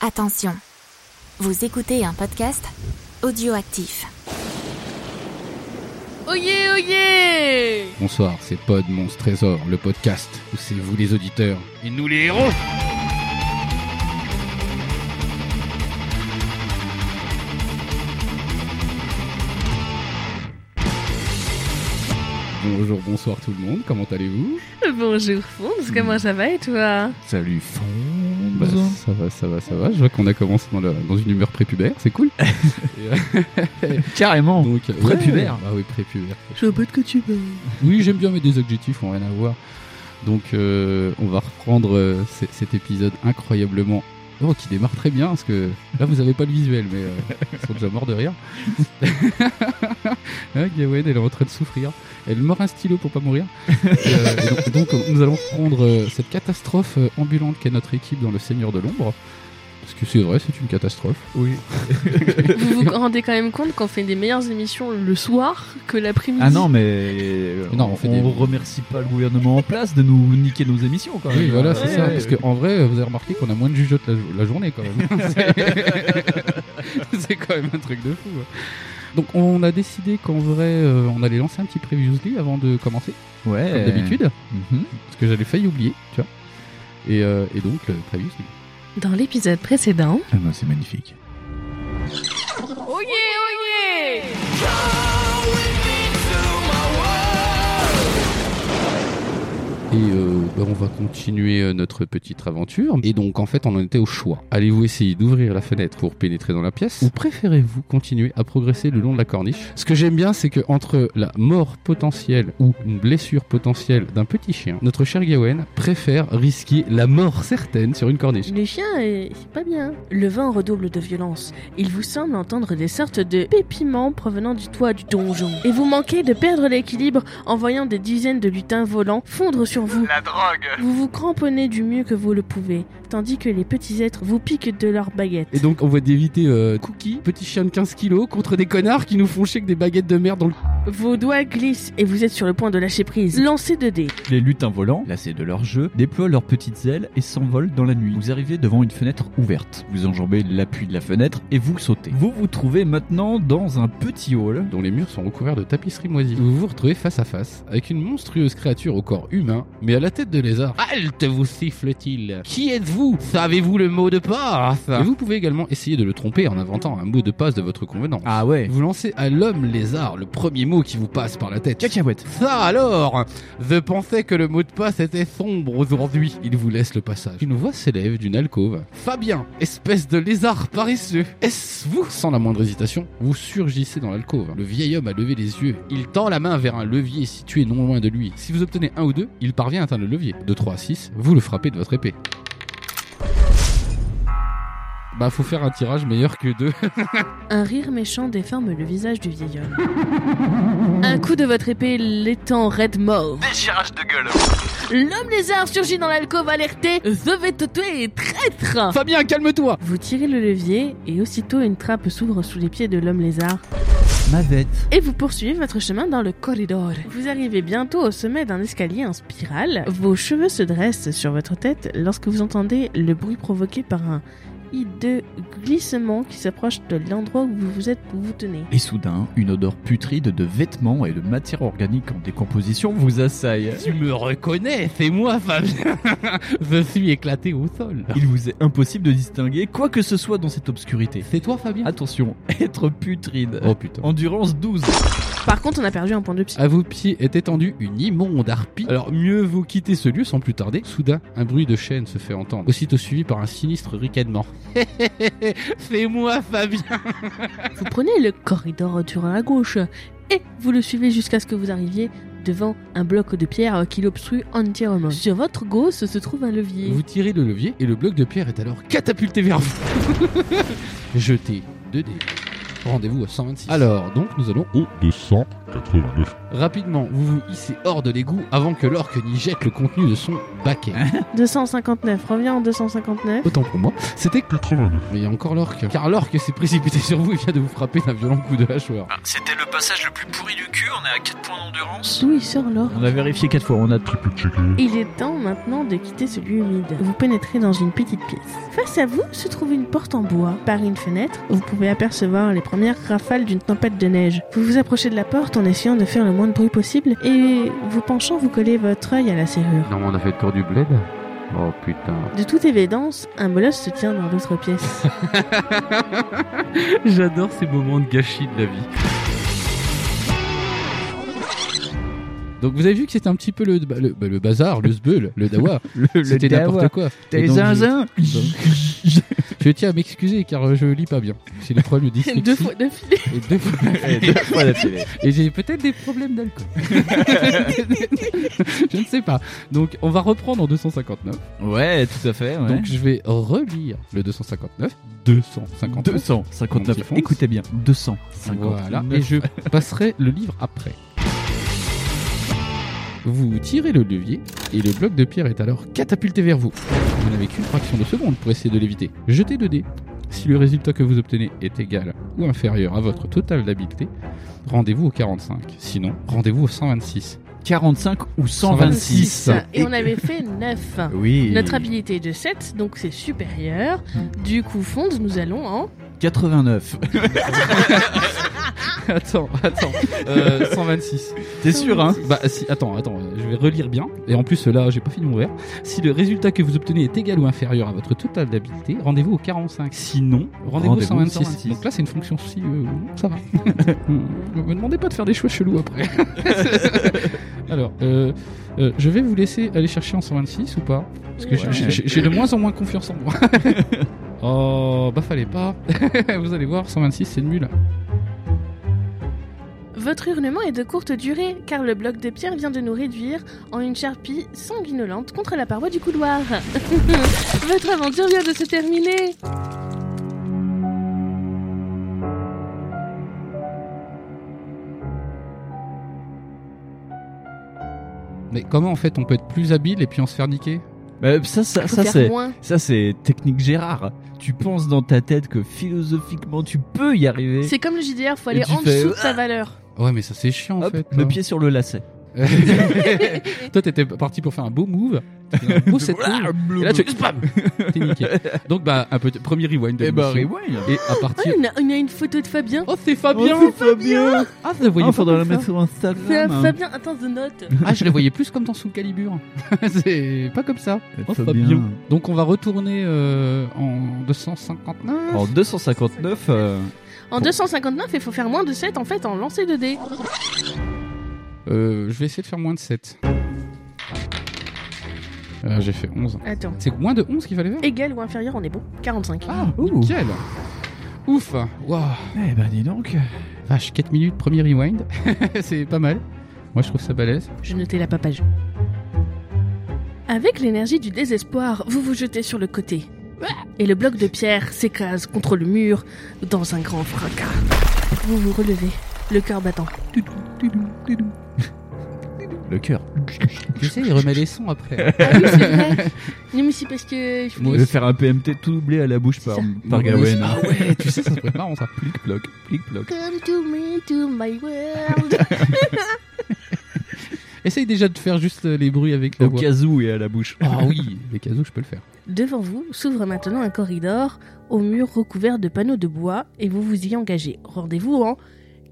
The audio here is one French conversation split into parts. Attention, vous écoutez un podcast audioactif. Oyez, oyez Bonsoir, c'est Pod Monstre Trésor, le podcast où c'est vous les auditeurs et nous les héros. Bonjour, bonsoir tout le monde, comment allez-vous Bonjour Fonz, Hmm. comment ça va et toi Salut Fonz Bah, Ça va, ça va, ça va. Je vois qu'on a commencé dans, la- dans une humeur prépubère, c'est cool. euh, Carrément Donc, ouais, Prépubère Ah oui, prépubère. Je veux pas de que tu veux. Oui, j'aime bien, mais des objectifs ont rien à voir. Donc, euh, on va reprendre euh, c- cet épisode incroyablement. Oh, qui démarre très bien, parce que là, vous avez pas le visuel, mais euh, ils sont déjà morts de rire. ah, Gawain, elle est en train de souffrir. Elle meurt un stylo pour pas mourir. Et, euh, et donc, donc, nous allons reprendre euh, cette catastrophe euh, ambulante qu'est notre équipe dans Le Seigneur de l'Ombre. Parce que c'est vrai, c'est une catastrophe. Oui. Vous vous rendez quand même compte qu'on fait des meilleures émissions le soir que l'après-midi Ah non, mais Non, non, Euh, on on, fait des- remercie pas le gouvernement en place de nous niquer nos émissions quand même. Oui, voilà, c'est bah, Ouais, ça. ouais, parce ouais. qu'en vrai, vous avez remarqué qu'on a moins de jugeotes la, la journée quand même. C'est- c'est quand même un truc de fou. hein. Donc, on a décidé qu'en vrai, euh, on allait lancer un petit previously avant de commencer, Ouais. comme d'habitude, Mhm. parce que j'avais failli oublier, tu vois. Et, euh, et donc, le previously. Dans l'épisode précédent... Ah bah, ben, c'est magnifique. Oyez, oyez Et euh, bah, on va continuer euh, notre petite aventure. Et donc, en fait, on en était au choix. Allez-vous essayer d'ouvrir la fenêtre pour pénétrer dans la pièce Ou préférez-vous continuer à progresser le long de la corniche Ce que j'aime bien, c'est que entre la mort potentielle ou une blessure potentielle d'un petit chien, notre cher Gawain préfère risquer la mort certaine sur une corniche. Le chien est c'est pas bien. Le vent redouble de violence. Il vous semble entendre des sortes de pépiments provenant du toit du donjon. Et vous manquez de perdre l'équilibre en voyant des dizaines de lutins volants fondre sur vous. La drogue Vous vous cramponnez du mieux que vous le pouvez, tandis que les petits êtres vous piquent de leurs baguettes. Et donc, on va d'éviter euh, Cookie, petit chien de 15 kilos, contre des connards qui nous font chier que des baguettes de merde dans le Vos doigts glissent et vous êtes sur le point de lâcher prise. Lancez 2 dés. Les lutins volants, lassés de leur jeu, déploient leurs petites ailes et s'envolent dans la nuit. Vous arrivez devant une fenêtre ouverte. Vous enjambez l'appui de la fenêtre et vous sautez. Vous vous trouvez maintenant dans un petit hall. dont les murs sont recouverts de tapisseries moisies. Vous vous retrouvez face à face avec une monstrueuse créature au corps humain, mais à la tête de lézard. Halte, vous siffle-t-il. Qui êtes-vous Savez-vous le mot de passe Et vous pouvez également essayer de le tromper en inventant un mot de passe de votre convenance. Ah ouais. Vous lancez à l'homme lézard le premier mot qui vous passe par la tête. Cacahuète. Ça alors Je pensais que le mot de passe était sombre aujourd'hui. Il vous laisse le passage. Une voix s'élève d'une alcôve. Fabien, espèce de lézard paresseux, est-ce vous Sans la moindre hésitation, vous surgissez dans l'alcôve. Le vieil homme a levé les yeux. Il tend la main vers un levier situé non loin de lui. Si vous obtenez un ou deux, il parvient à atteindre le levier. De 3 à 6, vous le frappez de votre épée. Bah faut faire un tirage meilleur que deux. Un rire méchant déforme le visage du vieil homme. Un coup de votre épée l'étend raide mort. Déchirage de gueule L'homme lézard surgit dans l'alcôve alerté. Je vais te tuer, traître Fabien, calme-toi Vous tirez le levier et aussitôt une trappe s'ouvre sous les pieds de l'homme lézard Mavette. et vous poursuivez votre chemin dans le corridor. Vous arrivez bientôt au sommet d'un escalier en spirale. Vos cheveux se dressent sur votre tête lorsque vous entendez le bruit provoqué par un hideux glissement qui s'approche de l'endroit où vous vous êtes où vous tenez. Et soudain, une odeur putride de vêtements et de matière organique en décomposition vous assaille. Tu me reconnais, c'est moi Fabien Je suis éclaté au sol. Il vous est impossible de distinguer quoi que ce soit dans cette obscurité. C'est toi Fabien Attention, être putride. Oh putain. Endurance 12. Par contre, on a perdu un point de psy. À vos pieds est étendue une immonde harpie. Alors mieux vaut quitter ce lieu sans plus tarder. Soudain, un bruit de chaîne se fait entendre, aussitôt suivi par un sinistre ricanement. c'est moi Fabien Vous prenez le corridor sur la gauche et vous le suivez jusqu'à ce que vous arriviez devant un bloc de pierre qui l'obstrue entièrement. Sur votre gauche se trouve un levier. Vous tirez le levier et le bloc de pierre est alors catapulté vers vous. Jetez 2 dés. Rendez-vous à 126. Alors, donc, nous allons au 200. 89. Rapidement, vous vous hissez hors de l'égout avant que l'orque n'y jette le contenu de son baquet. 259, reviens en 259. Autant pour moi, c'était 89. Mais il y a encore l'orque. Car l'orque s'est précipité sur vous et vient de vous frapper d'un violent coup de hachoir. Ah, C'était le passage le plus pourri du cul, on est à 4 points d'endurance. D'où il sort l'or On a vérifié 4 fois, on a Triple checké. Il est temps maintenant de quitter ce lieu humide. Vous pénétrez dans une petite pièce. Face à vous se trouve une porte en bois. Par une fenêtre, vous pouvez apercevoir les premières rafales d'une tempête de neige. Vous vous approchez de la porte en essayant de faire le moins de bruit possible et vous penchant, vous collez votre œil à la serrure. Non, mais on a fait le tour du bled Oh putain. De toute évidence, un molosse se tient dans l'autre pièce. J'adore ces moments de gâchis de la vie. Donc vous avez vu que c'était un petit peu le, bah, le, bah, le bazar, le zbeul, le dawa. C'était n'importe quoi. Et T'es donc, je- zinzin Je tiens à m'excuser car euh, je lis pas bien. C'est le problème de dyslexie. Deux fois de filet. Et deux fois- Eh, deux fois d'affilée. Et j'ai peut-être des problèmes d'alcool. je ne sais pas. Donc on va reprendre en 259. Ouais, tout à fait. ouais. Donc je vais relire le 259. 259. 259. Fonce. Écoutez bien, 259. Voilà. Et je passerai le livre après. Vous tirez le levier et le bloc de pierre est alors catapulté vers vous. Vous n'avez qu'une fraction de seconde pour essayer de l'éviter. Jetez deux dés. Si le résultat que vous obtenez est égal ou inférieur à votre total d'habileté, rendez-vous au 45. Sinon, rendez-vous au 126. 45 ou 126. 126. Et on avait fait 9. Oui. Notre habilité est de 7, donc c'est supérieur. Du coup, Fonds, nous allons en 89. attends, attends. Euh, 126. T'es sûr, hein Bah si, attends, attends, euh, je vais relire bien. Et en plus là, j'ai pas fini mon verre. Si le résultat que vous obtenez est égal ou inférieur à votre total d'habileté, rendez-vous au 45. Sinon, rendez-vous au Rendez-vous au 126. 126. Donc là, c'est une fonction si euh, ça va. Ne me demandez pas de faire des choix chelous après. Alors, euh, euh, je vais vous laisser aller chercher en 126 ou pas Parce que Ouais. j'ai- j'ai j'ai de moins en moins confiance en moi. oh, bah fallait pas. vous allez voir, 126 c'est nul. hein. Votre hurlement est de courte durée, car le bloc de pierre vient de nous réduire en une charpie sanguinolente contre la paroi du couloir. Votre aventure vient de se terminer. Mais comment en fait on peut être plus habile et puis en se faire niquer Bah, ça, ça, Faut ça faire c'est. moins. Ça, c'est technique Gérard. Tu penses dans ta tête que philosophiquement tu peux y arriver. C'est comme le JDR, faut Et aller tu en fais- dessous de sa valeur. Ouais, mais ça c'est chiant en Hop, fait. le hein. pied sur le lacet. Toi, t'étais parti pour faire un beau move. t'as fait un beau set move, Et là, tu fais spam T'es niqué. Donc, bah, un petit premier rewind. de Eh bah, l'émission. rewind. Et à Oh, partir. on, a, on a une photo de Fabien. Oh, c'est Fabien Fabien Ah, je le voyais Il pas faudra la comme ça. mettre sur Fa- Instagram. hein. Fabien, attends, de note. Ah, je le voyais plus comme dans Soul Calibur. c'est pas comme ça. Eh, Oh, Fabien. Donc, on va retourner euh, en 259. En 259, euh, En 259, il faut faire moins de 7 en fait en lancer de dés. Euh, je vais essayer de faire moins de 7. Ah, J'ai fait 11. Attends. C'est moins de 11 qu'il fallait faire Égal ou inférieur, on est bon. 45. Ah, Ouh. nickel Ouf Waouh eh ben dis donc. Vache, 4 minutes, premier rewind. c'est pas mal. Moi, je trouve ça balèze. Je notais la papage. Avec l'énergie du désespoir, vous vous jetez sur le côté. Et le bloc de pierre s'écrase contre le mur dans un grand fracas. Vous vous relevez, le cœur battant. Le cœur. Tu sais, il remet les sons après. Ah oui, c'est vrai. Non, mais c'est parce que. Je vais faire un PMT tout doublé à la bouche par, C'est par Gawain. hein. Ah ouais, tu sais, ça se pourrait être marrant, ça. Plic-ploc, plic-ploc. Come to me, to my world. Essaye déjà de faire juste euh, les bruits avec la Au voix. casou et à la bouche. Ah oui, les casous, je peux le faire. Devant vous s'ouvre maintenant un corridor au mur recouvert de panneaux de bois et vous vous y engagez. Rendez-vous en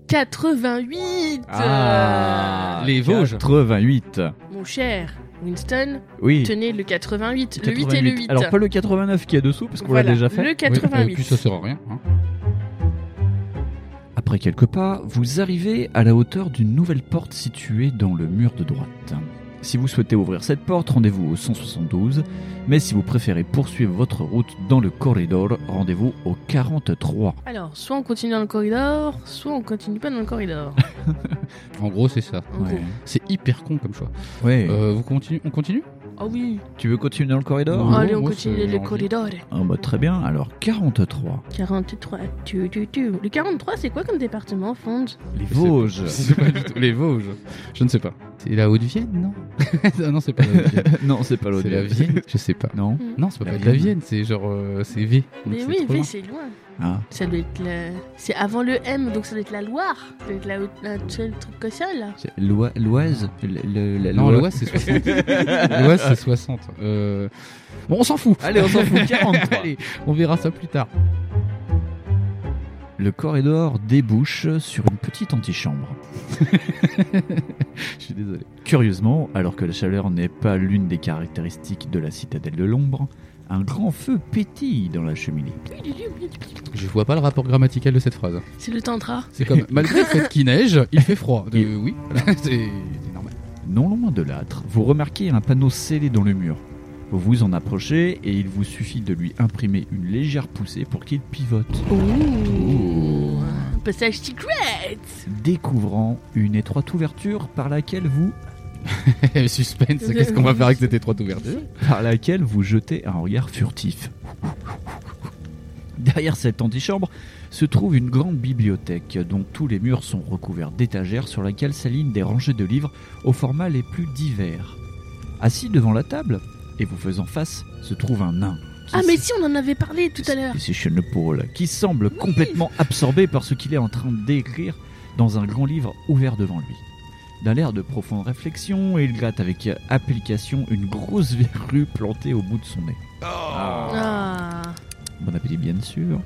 88 Ah, Les Vosges. 88. Mon cher Winston, Oui. Tenez le 88, le 8 et le 8. Alors pas le 89 qui est dessous parce qu'on l'a déjà fait. Le Et puis 88. ça sert à rien. hein. Après quelques pas, vous arrivez à la hauteur d'une nouvelle porte située dans le mur de droite. Si vous souhaitez ouvrir cette porte, rendez-vous au 172, mais si vous préférez poursuivre votre route dans le corridor, rendez-vous au 43. Alors, soit on continue dans le corridor, soit on continue pas dans le corridor. En gros, c'est ça. En gros. C'est hyper con comme choix. Ouais. Euh, Euh, vous continue, on continue Oh, Ah oui. Tu veux continuer dans le corridor Non, Allez, on moi, continue c'est- les j'ai corridors. Ah bah très bien, alors 43. 43. Tu, tu, tu. Le 43, c'est quoi comme département, Fonds Je Les sais Vosges. pas- je sais pas du tout. Les Vosges. Je ne sais pas. C'est la Haute-Vienne, non Ah Non, c'est pas la Haute-Vienne. non, c'est pas l'autre. C'est la Vienne Je sais pas. Non Non, c'est pas La de la Vienne. Vienne, c'est genre. euh, c'est V. Donc Mais c'est oui, trop mais loin. c'est loin. Ah. Ça doit être la- C'est avant le M, donc ça doit être la Loire. Ça doit être la... la- le truc comme ça, là. C'est l'Oi- L'Oise Le- le- la Non, Loire. l'Oise, c'est 60. L'Oise, c'est 60. Euh, Bon, on s'en fout. Allez, on s'en fout, 43. Allez, on verra ça plus tard. Le corridor débouche sur une petite antichambre. Je suis désolé. Curieusement, alors que la chaleur n'est pas l'une des caractéristiques de la citadelle de l'ombre, un grand feu pétille dans la cheminée. Je vois pas le rapport grammatical de cette phrase. C'est le Tantra. C'est comme, malgré le fait qu'il neige, il fait froid. Euh, oui, c'est c'est normal. Non loin de l'âtre, vous remarquez un panneau scellé dans le mur. Vous vous en approchez et il vous suffit de lui imprimer une légère poussée pour qu'il pivote, Ouh. Passage secret. découvrant une étroite ouverture par laquelle vous, Eh, Suspense, qu'est-ce qu'on va faire avec cette étroite ouverture par laquelle vous jetez un regard furtif. Derrière cette antichambre se trouve une grande bibliothèque dont tous les murs sont recouverts d'étagères sur laquelle s'alignent des rangées de livres aux formats les plus divers. Assis devant la table et vous faisant face se trouve un nain. qui Ah, mais se- si, on en avait parlé tout à l'heure. Et c'est Sean Paul qui semble complètement absorbé par ce qu'il est en train d'écrire dans un grand livre ouvert devant lui. D'un air de profonde réflexion, il gratte avec application une grosse verrue plantée au bout de son nez. Ah. Bon appétit, bien sûr.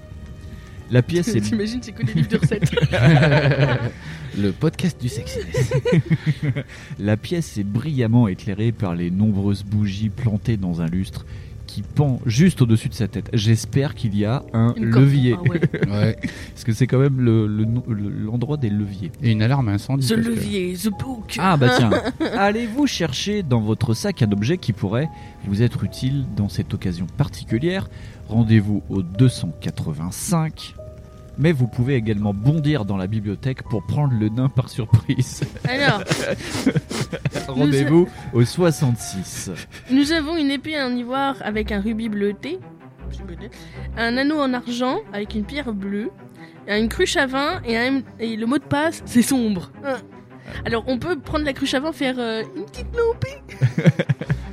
La pièce est T'imagines, c'est que des livres de recettes. Le podcast du sexe. La pièce est brillamment éclairée par les nombreuses bougies plantées dans un lustre qui pend juste au-dessus de sa tête. J'espère qu'il y a un Une corde. levier. Ah ouais. Ouais. Parce que c'est quand même le- le no- le- l'endroit des leviers. Et une alarme à incendie. The parce que- levier, the book. Ah bah tiens, allez-vous chercher dans votre sac un objet qui pourrait vous être utile dans cette occasion particulière Rendez-vous au 285. Mais vous pouvez également bondir dans la bibliothèque pour prendre le nain par surprise. Alors, Rendez-vous au 66. nous avons une épée en ivoire avec un rubis bleuté, hein. un anneau en argent avec une pierre bleue, une cruche à vin et, un- et le mot de passe, c'est sombre. Hein. Alors, on peut prendre la cruche à vin, faire euh, une petite loupe.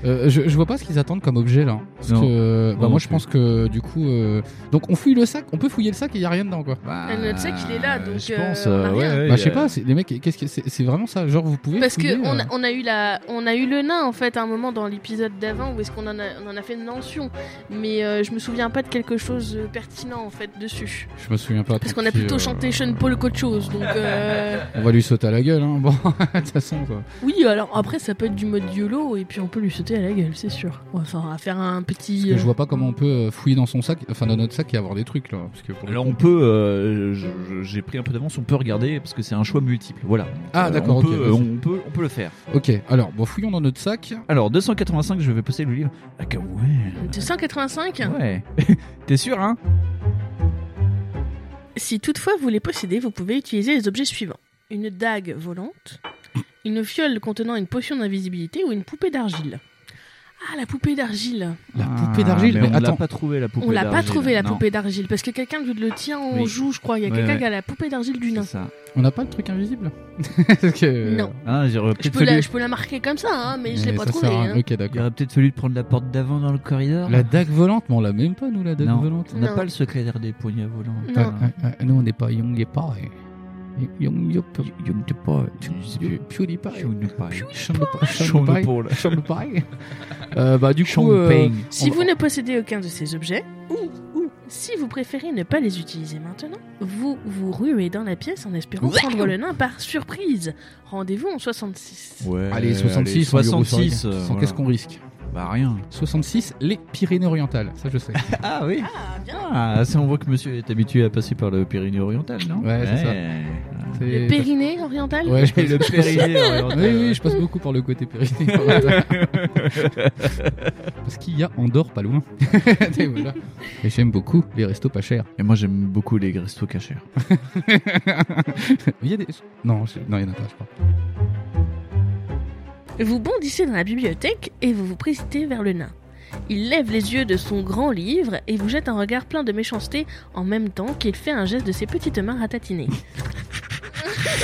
Euh, je, je vois pas ce qu'ils attendent comme objet là. Parce Non. que, euh, bah, non moi je plus. pense que du coup. euh, Donc on fouille le sac, on peut fouiller le sac et il y a rien dedans quoi. Ah, notre sac, il est là, donc, Bah, Je euh, pense, on a euh, rien. ouais, ouais, bah je sais euh, pas, c'est- les mecs, qu'est-ce que c'est c'est vraiment ça Genre vous pouvez. Parce fouiller, que on a, euh, on a eu la, on a eu le nain en fait à un moment dans l'épisode d'avant où est-ce qu'on en a, on en a fait une mention, mais euh, je me souviens pas de quelque chose de pertinent en fait dessus. Je me souviens pas. Parce tant qu'on a pis, plutôt euh, chanté Sean Paul qu'autre chose, donc. euh, On va lui sauter à la gueule, hein. Bon, de toute façon. quoi. Oui, alors après, ça peut être du mode YOLO et puis on peut lui sauter à la gueule, c'est sûr. On va faire, on va faire un Parce petit. que je vois pas comment on peut euh, fouiller dans son sac, enfin dans notre sac et avoir des trucs là. Parce que pour le Alors coup- on peut, euh, je- je- j'ai pris un peu d'avance, on peut regarder parce que c'est un choix multiple. Voilà. Donc, Ah, euh, d'accord, On, ok, peut, euh, vas-y. on peut, on peut le faire. Ok, alors bon, fouillons dans notre sac. Alors 285, je vais poster le livre. Ah que ouais. 285 Ouais. T'es sûr, hein Si toutefois vous les possédez, vous pouvez utiliser les objets suivants une dague volante, une fiole contenant une potion d'invisibilité ou une poupée d'argile. Ah, la poupée d'argile La poupée d'argile, Ah, mais, Ah, on l'a attends. pas trouvé la poupée On l'a pas d'argile. trouvée, la Non, poupée d'argile, parce que quelqu'un le tient en Oui. joue, je crois. Il y a Ouais, quelqu'un ouais. qui a la poupée d'argile du nain. C'est ça. On n'a pas le truc invisible Parce que- Non. Ah, j'aurais Je peut-être peux, la, fallu. je peux la marquer comme ça, hein, mais je Mais l'ai pas ça trouvée. sert à- hein. Ok, Il d'accord. aurait peut-être fallu prendre la porte d'avant dans le corridor. La dague volante, mais on l'a même pas, nous, la dague Non. volante. On n'a Non. pas le secrétaire des poignets volants. Non. Ah, ah, ah, nous, on n'est pas Young et pas. eh. Young Yop. Young the boy, Young the PewDiePie. boy, Young the boy. Sean le Pie. Sean Sean le the Pie. Paul. Sean le Pie. Euh, Bah, du Sean coup. euh, Payne. Si on- vous ne possédez aucun de ces objets, ou, ou si vous préférez ne pas les utiliser maintenant, vous vous ruez dans la pièce en espérant Ouais. prendre le nain par surprise. Rendez-vous en 66. Ouais, Allez, 66, Euh, allez, 66. 66. euh, voilà. Qu'est-ce qu'on risque Bah rien. 66, les Pyrénées-Orientales, ça je sais. Ah oui. Ah, bien Ah, ça on voit que monsieur est habitué à passer par le Pyrénées oriental, non Ouais, c'est ça. Le C'est- Périnée oriental Ouais, je Et le passe- Pyrénées oriental. Oui, oui, je passe beaucoup par le côté Pyrénées-Orientales. Parce qu'il y a Andorre pas loin. Et voilà. Et j'aime beaucoup les restos pas chers. Et moi j'aime beaucoup les restos cachers. Il y a des. Non, je- non, il y en a pas, je crois. Vous bondissez dans la bibliothèque et vous vous précipitez vers le nain. Il lève les yeux de son grand livre et vous jette un regard plein de méchanceté en même temps qu'il fait un geste de ses petites mains ratatinées.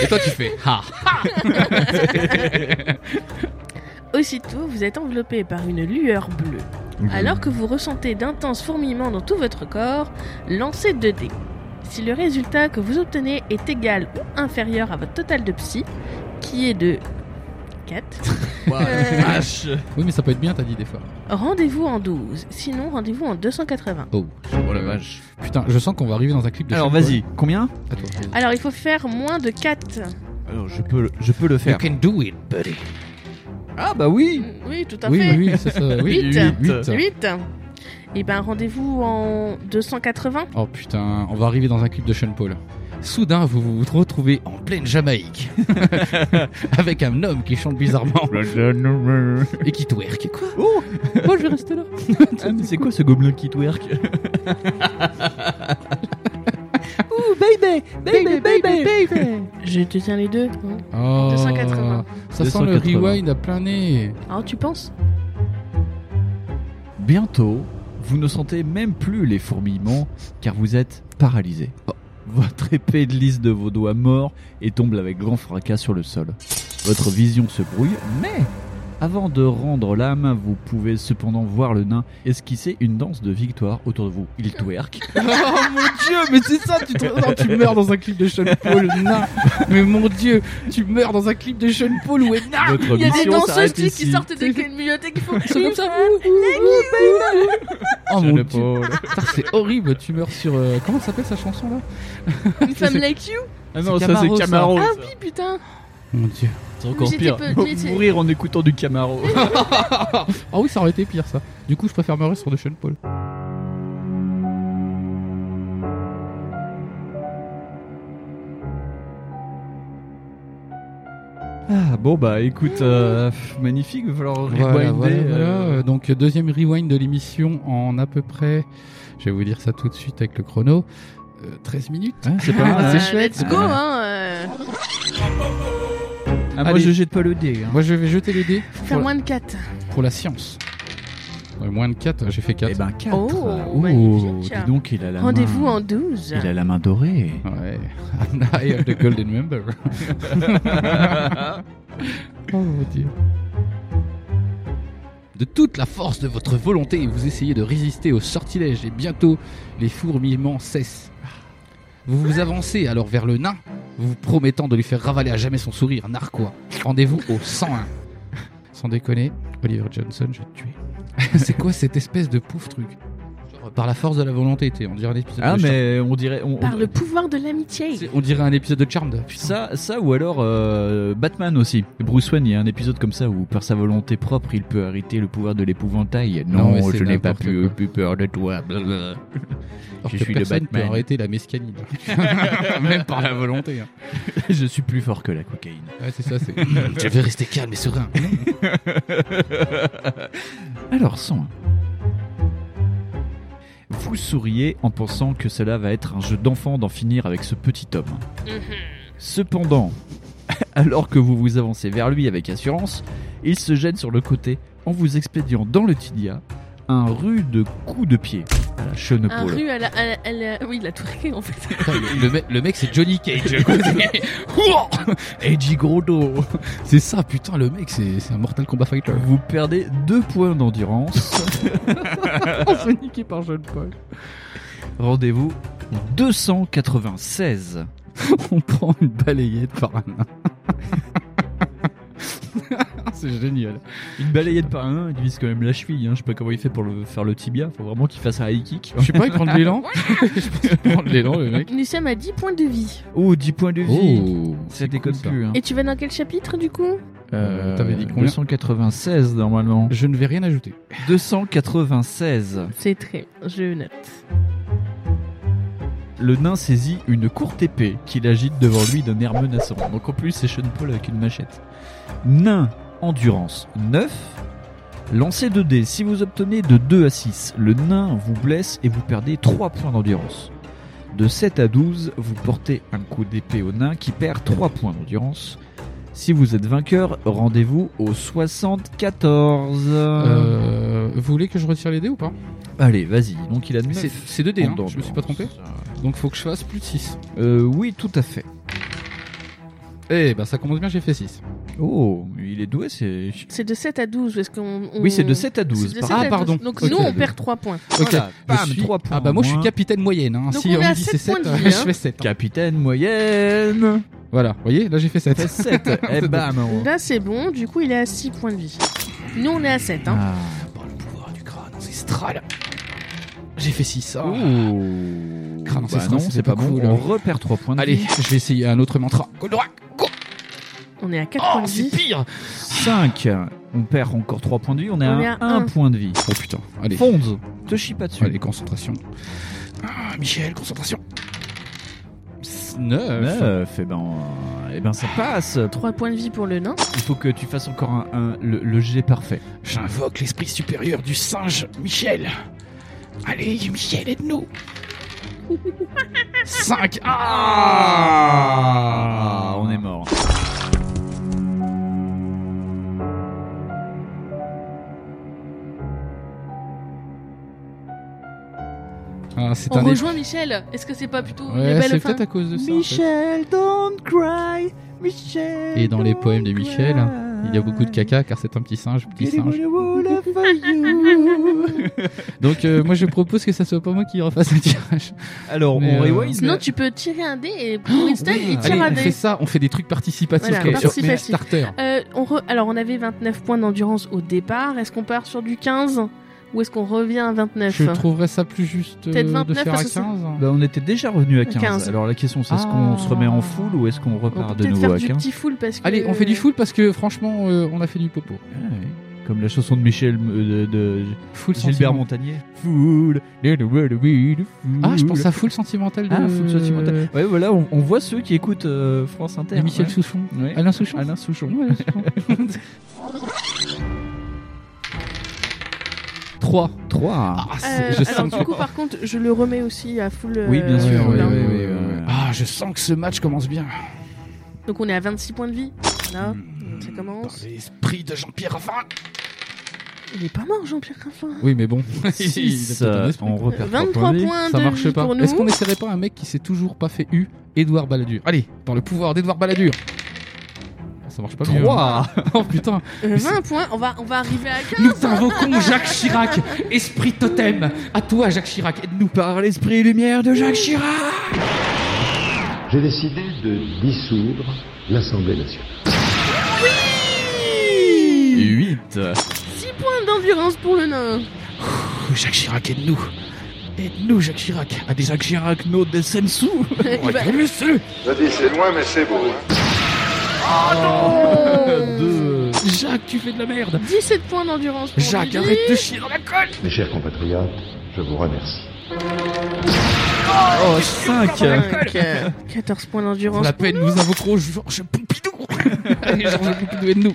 Et toi, tu fais Ah ha Aussitôt, vous êtes enveloppé par une lueur bleue. Alors que vous ressentez d'intenses fourmillements dans tout votre corps, lancez 2 dés. Si le résultat que vous obtenez est égal ou inférieur à votre total de psy, qui est de 4, Vache. Oui, mais ça peut être bien, t'as dit des fois. rendez-vous en 12, sinon rendez-vous en 280. Oh, Oh la vache. Putain, je sens qu'on va arriver dans un clip de Alors Shark vas-y, combien Boy. À toi. Alors il faut faire moins de 4. Alors je peux, le- je peux le faire. can do it, buddy. Ah bah oui Oui, tout à Oui, fait. oui, oui, c'est ça. Oui, Huit. huit. 8. Et ben rendez-vous en 280. Oh putain, on va arriver dans un clip de Sean Paul. Soudain, vous vous vous retrouvez en pleine Jamaïque avec un homme qui chante bizarrement et qui twerk. Quoi Oh Moi, je vais rester là. Ah, mais C'est quoi ce gobelin qui twerk Ouh baby Baby baby baby Je te tiens les deux. hein. Oh, 280. Ça sent le 280. rewind à plein nez. Alors Ah, tu penses Bientôt, vous ne sentez même plus les fourmillements car vous êtes paralysé. Oh, Votre épée glisse de vos doigts morts et tombe avec grand fracas sur le sol. Votre vision se brouille, mais avant de rendre l'âme, vous pouvez cependant voir le nain esquisser une danse de victoire autour de vous. Il twerk. oh mon dieu, mais c'est ça, tu, te- non, tu meurs dans un clip de Sean Paul, nain. Mais mon dieu, tu meurs dans un clip de Sean Paul ou nain. Votre Ah, Il y a des mission danseuses s'arrête qui, qui ici. sortent de quelle bibliothèque il faut que C'est comme ça. ouh, ouh, ouh, ouh. Oh mon dieu. Jeune Paul. Putain, C'est horrible, tu meurs sur. euh, comment s'appelle sa chanson là Une femme like you Ah non, ça, c'est Camaro, Ah oui, putain Mon dieu. C'est encore encore j'étais pire. pire. peu- Faut j'étais- Mourir en écoutant du Camaro. Ah oui, ça aurait été pire ça. Du coup, je préfère meurer sur de Sean Paul. Ah bon bah écoute, euh, pff, magnifique, il va falloir Voilà, rewinder. voilà, voilà. euh, Donc, deuxième rewind de l'émission en à peu près, je vais vous dire ça tout de suite avec le chrono, euh, 13 minutes. Ah, hein, c'est pas mal. Euh, hein. Let's go, hein euh, Ah, moi Allez. je jette pas le dé. hein. Moi, je vais jeter les dés Faut faire pour, moins de 4. pour la science. Ouais, moins de 4, j'ai fait 4. Eh ben 4. Oh, magnifique. dis donc il a la Rendez-vous main. en 12. Il a la main dorée. Ouais. An eye of the golden member. oh mon dieu. De toute la force de votre volonté, vous essayez de résister au sortilège et bientôt les fourmillements cessent. Vous vous avancez alors vers le nain, vous promettant de lui faire ravaler à jamais son sourire narquois. Rendez-vous au 101. Sans déconner, Oliver Johnson, je vais te tuer. C'est quoi cette espèce de pouf truc Genre, Par la force de la volonté, t'es- on dirait un épisode Ah de Charmed. mais on dirait... On, on- Par le pouvoir de l'amitié. C'est- On dirait un épisode de Charmed. Putain. Ça, ça ou alors euh, Batman aussi. Bruce Wayne, il y a un épisode comme ça où par sa volonté propre, il peut arrêter le pouvoir de l'épouvantail. Non, Non, mais je c'est n'ai pas n'importe pu- quoi. plus peur de toi. blablabla. Alors Je que suis le personne Batman. peut arrêter la mescaline. Même par la volonté. hein. je suis plus fort que la cocaïne. Ouais, c'est ça, c'est. Je vais rester calme et serein. Alors, 101. Vous souriez en pensant que cela va être un jeu d'enfant d'en finir avec ce petit homme. Mm-hmm. Cependant, alors que vous vous avancez vers lui avec assurance, il se jette sur le côté en vous expédiant dans le tibia un rude coup de pied à la Un chenepaule. rue à la, à la- à la- Oui, il a twerké en fait. Putain, le, le mec- le mec, c'est Johnny Cage. quoi. Edgy gros dos. c'est ça, putain, le mec, c'est c'est un Mortal Kombat Fighter. Vous perdez deux points d'endurance. On se fait niquer par John Paul. Rendez-vous 296. On prend une balayette par un nain. Ah, c'est génial. Une balayette par un, il vise quand même la cheville. Hein. Je sais pas comment il fait pour le, faire le tibia. Faut vraiment qu'il fasse un high kick. Je sais pas, il prend de l'élan. Je pense qu'il prend de l'élan, le mec. Nous sommes à 10 points de vie. Oh, 10 points de vie. Oh. ça c'est déconne cool, ça. plus. Hein. Et tu vas dans quel chapitre du coup Euh, t'avais dit combien 296 normalement. Je ne vais rien ajouter. 296. C'est très. Je note. Le nain saisit une courte épée qu'il agite devant lui d'un air menaçant. Donc en plus, c'est Sean Paul avec une machette. Nain, endurance 9. Lancez 2 dés. Si vous obtenez de 2 à 6, le nain vous blesse et vous perdez 3 points d'endurance. De 7 à 12, vous portez un coup d'épée au nain qui perd 3 points d'endurance. Si vous êtes vainqueur, rendez-vous au 74. Euh, vous voulez que je retire les dés ou pas Allez, vas-y. Donc il a 9. C'est c'est deux dés, hein, en je me suis endurance. pas trompé. Donc faut que je fasse plus de 6. Euh, oui, tout à fait. Eh ben ça commence bien, j'ai fait 6. Oh, il est doué, c'est. C'est de 7 à 12. Est-ce qu'on, on- Oui, c'est de 7 à 12. Mm. c'est de par- 7 à Ah, pardon. 12. Donc Ok. nous, on perd 3 points. Ok, Voilà, je bam, suis- trois points Ah bah moi je suis moins. capitaine moyenne. hein. Donc si on on, est à me dit sept c'est points 7, de vie, hein. je fais 7. Capitaine moyenne Voilà, vous voyez, là j'ai fait 7. Fait 7 Et bam ben, on- Là, c'est bon. Du coup, il est à 6 points de vie. Nous, on est à 7. Hein. Ah. Par le pouvoir du crâne hein, ancestral. J'ai fait 6. Ouh. Crâne Bah ancestral, non, c'était c'est pas pas bon. cool. hein. On repère 3 points de Allez, vie. je vais essayer un autre mantra. Goldorak, go On est à 4 Oh, points de c'est vie. pire 5. On perd encore 3 points de vie. On est On est à à 1 un. point de vie. Oh putain, allez. Fonde, te chie pas dessus. Allez, concentration. Ah, Michel, concentration. 9. 9. Et ben, euh, eh ben ça passe. 3 points de vie pour le nain. Il faut que tu fasses encore un, un- le, le jet parfait. J'invoque l'esprit supérieur du singe, Michel. Allez, Michel, aide-nous. 5. Ah Ah, on est mort. Ah, c'est On un rejoint Michel. Est-ce que c'est pas plutôt Ouais, les c'est belles fins peut-être à cause de ça. en fait. Michel, don't cry. Michel. Et dans les poèmes de Michel, hein, Il y a beaucoup de caca car c'est un petit singe, petit singe. Donc euh, moi je propose que ça soit pas moi qui refasse le tirage. Alors, Mais, on euh, rewind. Sinon, tu peux tirer un dé et pour Winston, ouais. il Oh, Allez, tire un on dé. fait ça, on fait des trucs participatifs Voilà, comme sur participatif. Starter. Euh, on re- Alors, on avait 29 points d'endurance au départ. Est-ce qu'on part sur du 15 ou est-ce qu'on revient à 29 Je trouverais ça plus juste euh, Peut-être de 29, faire à parce que c'est- 15. Bah, on était déjà revenu à 15. 15. Alors la question c'est est-ce Ah. qu'on se remet en full ou est-ce qu'on On peut repart de peut-être nouveau faire à du 15 petit full parce que. euh, Allez, on fait du full parce que franchement euh, on a fait du popo. Ah ouais. Comme la chanson de Michel euh, de, de Full Gilbert sentiment- Montagnier. Full. Ah, Ah, je pense à full sentimental de Ah, full sentimental. Ouais, voilà, on, on voit ceux qui écoutent euh, France Inter. de Michel Ah, ouais. Souchon. Ouais. Alain Souchon. Alain Souchon. Ouais, Alain Souchon. 3. 3. Ah, Euh, c'est- je alors, sens du coup, par contre, je le remets aussi à full. Oui, bien euh, sûr, full, oui, hein. oui, oui. ouais. Ah, je sens que ce match commence bien. Donc, on est à 26 points de vie. Là, ça Par commence. L'esprit de Jean-Pierre Raffin. Il est pas mort, Jean-Pierre Raffin. Oui, mais bon. Six, Il a peut-être un euh, esprit. on repère 23 de vie. points Ça de marche vie pas. pour nous. Est-ce qu'on essaierait pas un mec qui s'est toujours pas fait U Édouard Balladur. Allez, dans le pouvoir d'Édouard Balladur. Ça marche pas mieux, hein. 3 Oh putain Euh, Mais c'est- 20 points, on va, on va arriver à 15. Nous t'invoquons Jacques Chirac Esprit totem À toi Jacques Chirac, aide-nous Par l'esprit et lumière de Jacques Chirac J'ai décidé de dissoudre l'Assemblée nationale. 8 6 points d'endurance pour le nain. Ouh, Jacques Chirac, aide-nous Aide-nous Jacques Chirac à des Ah, Jacques Chirac, nos des sous Il va- monsieur Je dis c'est loin mais c'est beau. hein. Deux. Jacques, tu fais de la merde 17 points d'endurance pour Euh, Jacques, lui. arrête de chier dans la colle Mes chers compatriotes, je vous remercie. Oh, 5 Cinq. 14 points Pour d'endurance. la peine, nous invoquerons Georges Pompidou Allez Georges Pompidou, aide-nous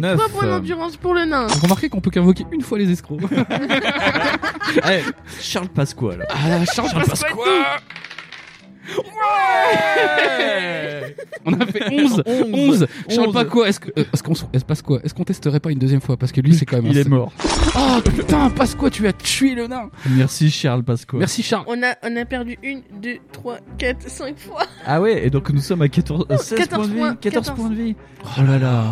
9 3 points d'endurance pour le nain. Vous remarquez qu'on peut qu'invoquer une fois les escrocs Charles Pasquale. Ah, Charles Pasqua On a fait 11 Onze. 11 Charles Onze. Pasqua, est-ce que- euh, est-ce qu'on se- est-ce Pasqua, est-ce qu'on testerait pas une deuxième fois Parce que lui, c'est quand même un- mort. Oh putain, Pasqua, tu as tué le nain Merci Charles Pasquale. Merci Charles On a, on a perdu 1, 2, 3, 4, 5 fois. Ah ouais, et donc nous sommes à 14, euh, 16 14 points de vie. Oh, points, 14, 14. points de vie. Oh là là.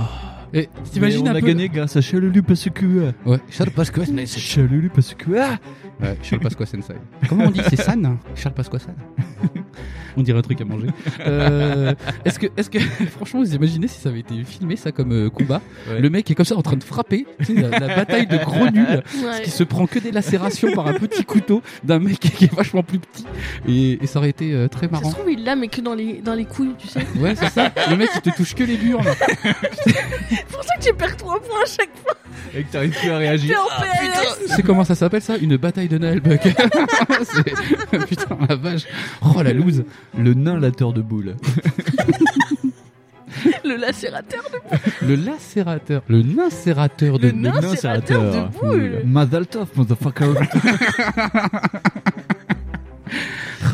Et t'imagines Mais on un a peu- gagné grâce à Chalulu Pasqua. Ouais, Charles Pasqua, Chalulu Pasqua. Ouais, Charles Pasqua Sensei. Comment on dit C'est San Charles Pasqua San On dirait un truc à manger. Euh, est-ce que, est-ce que, franchement, vous imaginez si ça avait été filmé ça comme euh, combat Ouais. Le mec est comme ça en train de frapper, tu sais, la, la bataille de gros nuls, Ouais. qui se prend que des lacérations par un petit couteau d'un mec qui est vachement plus petit, et, et ça aurait été euh, très Ça se marrant. trouve, il l'a, mais que dans les, dans les couilles, tu sais. Ouais, c'est ça. Le mec il te touche que les burnes. C'est pour ça que tu perds 3 points à chaque fois. Et que t'arrives plus à T'es réagir. en PLS. C'est comment ça s'appelle ça Une bataille de Noël Buck. C'est- Putain, la vache. Oh la loose. Le nain lateur de boules. Le lacérateur. Le lacérateur. Le nacérateur de Le nain nain serrateur de serrateur. boules. Mazal tov, motherfucker.